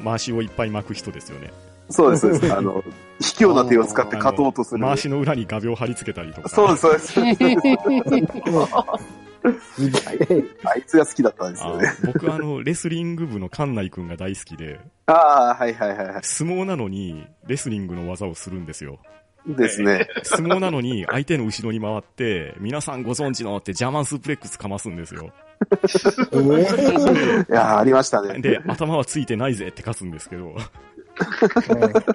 Speaker 3: 回しをいっぱい巻く人ですよね。
Speaker 2: そうです、 そうです。あの、卑怯な手を使って勝とうとする。
Speaker 3: 回しの裏に画鋲貼り付けたりとか。
Speaker 2: そうです、そうです。あいつが好きだったんです
Speaker 3: あ
Speaker 2: よね。
Speaker 3: 僕、あの、レスリング部の館内くんが大好きで、
Speaker 2: ああ、はいはいはいは
Speaker 3: 相撲なのに、レスリングの技をするんですよ。
Speaker 2: い。ですね。
Speaker 3: 相撲なのに、相手の後ろに回って、皆さんご存知のってジャーマンスープレックスかますんですよ。
Speaker 2: いやーありましたね。
Speaker 3: で、頭はついてないぜって勝つんですけど、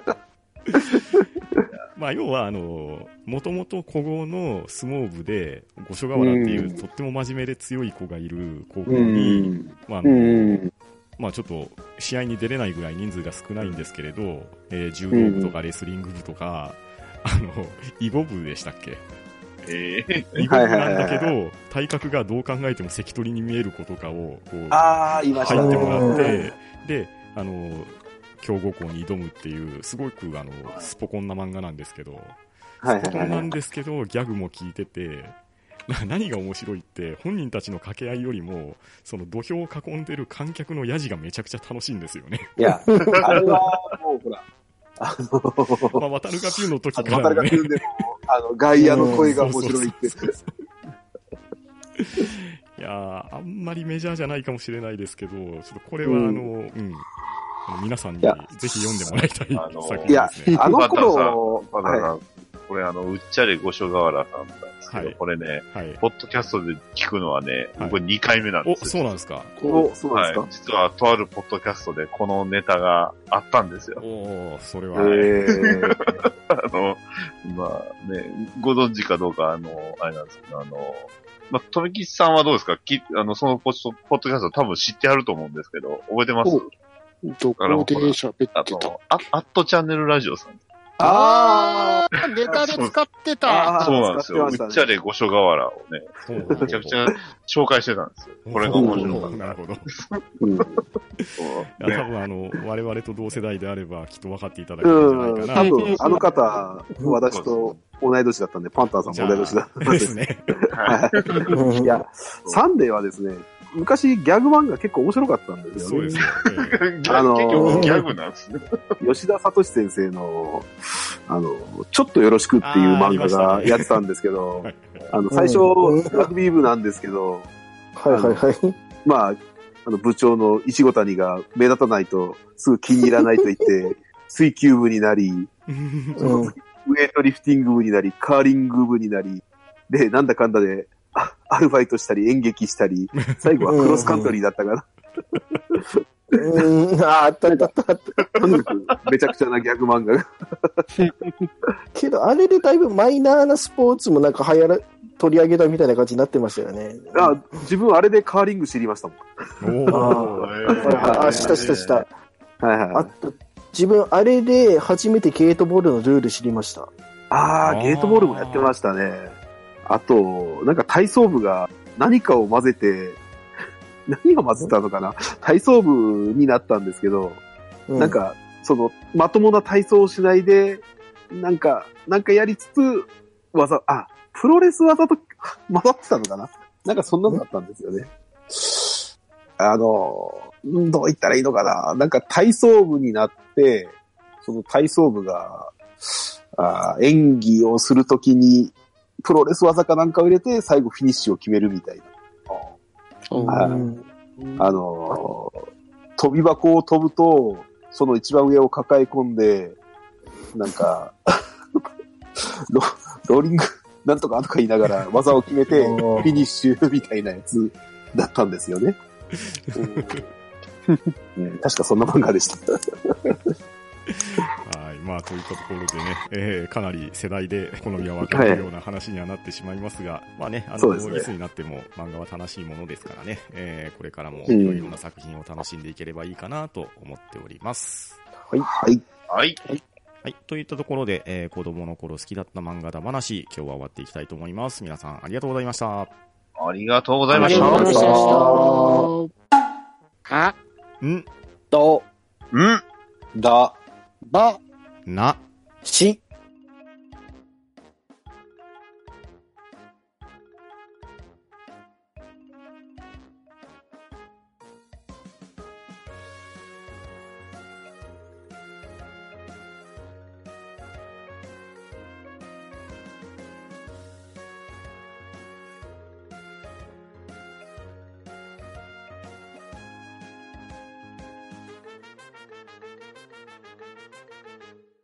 Speaker 3: まあ、要は、あの、もともと古豪の相撲部で、五所川原っていう、
Speaker 2: うん
Speaker 3: とっても真面目で強い子がいる高校
Speaker 2: う
Speaker 3: に、
Speaker 2: ん。
Speaker 3: まああ
Speaker 2: う
Speaker 3: の
Speaker 2: ん。
Speaker 3: まあ、ちょっと試合に出れないぐらい人数が少ないんですけれど、えー柔道部とかレスリング部とか、あの、囲碁部でしたっけ
Speaker 1: ええ
Speaker 3: 囲碁部なんだけ
Speaker 2: は
Speaker 3: ど、体格がどう考えても関取に見える子とかを、こう、
Speaker 2: ああ、いました
Speaker 3: 入って
Speaker 2: ね。
Speaker 3: もらって、で、あの、強豪校に挑むっていう、すごくあの、スポコンな漫画なんですけど、
Speaker 2: はい
Speaker 3: スポコ
Speaker 2: はい
Speaker 3: ン
Speaker 2: は
Speaker 3: ないん。ですけど、ギャグも効いてて、な何が面白いって、本人たちの掛け合いよりも、その土俵を囲んでる観客のヤジがめちゃくちゃ楽しいんですよね。
Speaker 2: いや、あれはもうほら、あの、
Speaker 3: まあ、渡るがピューの時
Speaker 2: あ
Speaker 3: か
Speaker 2: の、渡
Speaker 3: らの
Speaker 2: るが
Speaker 3: ね。
Speaker 2: 来るんでも、あの、外野の声が面白 いって。
Speaker 3: そうそうそうそういやーあんまりメジャーじゃないかもしれないですけど、ちょっとこれはあ
Speaker 2: うん
Speaker 3: の、うん、あの皆さんに
Speaker 2: いや
Speaker 3: ぜひ読んでもらいたい
Speaker 1: あのー
Speaker 3: 作品ですね。
Speaker 2: あの頃、
Speaker 1: バナナ、
Speaker 2: は
Speaker 1: これあの、うっちゃれ五所川原さんなんですけど、
Speaker 3: はい
Speaker 1: これね、
Speaker 3: はい。
Speaker 1: ポッドキャストで聞くのはね、
Speaker 3: はい
Speaker 1: 僕2回目なんで
Speaker 3: お、
Speaker 1: すよ。
Speaker 3: そうなんですか。
Speaker 2: い、おそうなん
Speaker 1: は
Speaker 2: で
Speaker 1: い
Speaker 2: すか。
Speaker 1: 実は、とあるポッドキャストでこのネタがあったんですよ。
Speaker 3: おー、それ
Speaker 2: え
Speaker 3: は。
Speaker 2: ー
Speaker 1: あの、まあね、ご存知かどうか、あの、あれなんですけど、あの、まあ、とめきちさんはどうですかきあの、そのポッドポッドキャスト多分知ってあると思うんですけど、覚えてます
Speaker 4: おどこで喋って
Speaker 1: あ
Speaker 4: た
Speaker 1: の、あアットチャンネルラジオさん。
Speaker 4: ああネタで使ってた
Speaker 2: あー
Speaker 1: そうなんですよ。う
Speaker 2: 使ってましたね
Speaker 1: っちゃれ五所川原をね、
Speaker 3: ほうほうほう
Speaker 1: めちゃくちゃ紹介してたんです よ。これが面白かった。
Speaker 3: なるほど。い
Speaker 2: うん
Speaker 3: や、多
Speaker 1: ね
Speaker 3: 分あの、我々と同世代であれば、きっと分かっていただけるんじゃないかな。
Speaker 2: 多分、あの方、私と同い年だったんで、パンタンさんも同い年だったんで
Speaker 3: ですね。
Speaker 1: はい
Speaker 2: いや、サンデーはですね、昔ギャグ漫画結構面白かったんです
Speaker 3: そう
Speaker 2: よ
Speaker 3: で
Speaker 2: ね
Speaker 3: す。よ。 え
Speaker 1: 結
Speaker 2: あのー
Speaker 1: 局ギャグなんですね。
Speaker 2: 吉田聡先生の、あの、ちょっとよろしくっていう漫
Speaker 3: あー
Speaker 2: 画
Speaker 3: ありました
Speaker 2: が
Speaker 3: ね
Speaker 2: やってたんですけど、
Speaker 3: はい
Speaker 2: あの、最初、
Speaker 5: うん
Speaker 2: ラグビー部なんですけど、
Speaker 5: はいはいはい。
Speaker 2: まあ、あの、部長の石ご谷が目立たないと、すぐ気に入らないと言って、 水球部になり、
Speaker 3: え
Speaker 5: うん。
Speaker 2: ウエイトリフティング部になり、カーリング部になり、で、なんだかんだで、あアルバイトしたり、演劇したり、最後はクロスカントリーだったか
Speaker 5: うん。ああ、あったあったあった。
Speaker 2: ら、とにかくめちゃくちゃなギャグ漫画が。
Speaker 5: けど、あれでだいぶマイナーなスポーツもなんか流行ら、取り上げたみたいな感じになってましたよね。
Speaker 2: あ自分あれでカーリング知りましたも
Speaker 3: お
Speaker 5: あ
Speaker 3: ー。
Speaker 5: ー
Speaker 2: あ
Speaker 5: あ、したしたした。。
Speaker 2: ん。はいはいは
Speaker 5: あ
Speaker 2: い。
Speaker 5: と、自分、あれで初めてゲートボールのルール知りました。
Speaker 2: ああ、ゲートボールもやってましたね。あと、なんか体操部が何かを混ぜて、何を混ぜたのかな体操部になったんですけど、
Speaker 5: う
Speaker 2: なん、か、その、まともな体操をしないで、なんか、なんかやりつつ、技、あ、プロレス技と 混ざってたのかななんかそんなのだったんですよね。あの、うんどう言ったらいいのかななんか体操部になって、その体操部が、あ演技をするときに、プロレス技かなんかを入れて、最後フィニッシュを決めるみたいな。
Speaker 4: うん
Speaker 2: あ
Speaker 5: うん
Speaker 2: あのー飛び箱を飛ぶと、その一番上を抱え込んで、なんか、ロローリング、なんとかとか言いながら技を決めて、
Speaker 5: あ
Speaker 2: フ
Speaker 5: ー
Speaker 2: ィニッシュみたいなやつだったんですよね。うん確かそんな漫画でした。
Speaker 3: はい。まあ、といったところでね、えーかなり世代で好みは分かれるような話にはなってしまいますが、まあね、あ
Speaker 2: そ
Speaker 3: の、
Speaker 2: うですね
Speaker 3: いつになっても漫画は楽しいものですからね、えーこれからもい
Speaker 2: うん
Speaker 3: ろいろな作品を楽しんでいければいいかなと思っております。
Speaker 2: はい。
Speaker 1: はい。
Speaker 3: はい。といったところで、えー子供の頃好きだった漫画だ話、今日は終わっていきたいと思います。皆さんありがとうございました。
Speaker 1: ありがとうございまし。
Speaker 2: ありがとうございました
Speaker 4: あ
Speaker 3: ん
Speaker 5: と、
Speaker 1: うん。
Speaker 2: だ。
Speaker 4: ば
Speaker 3: な。
Speaker 5: し、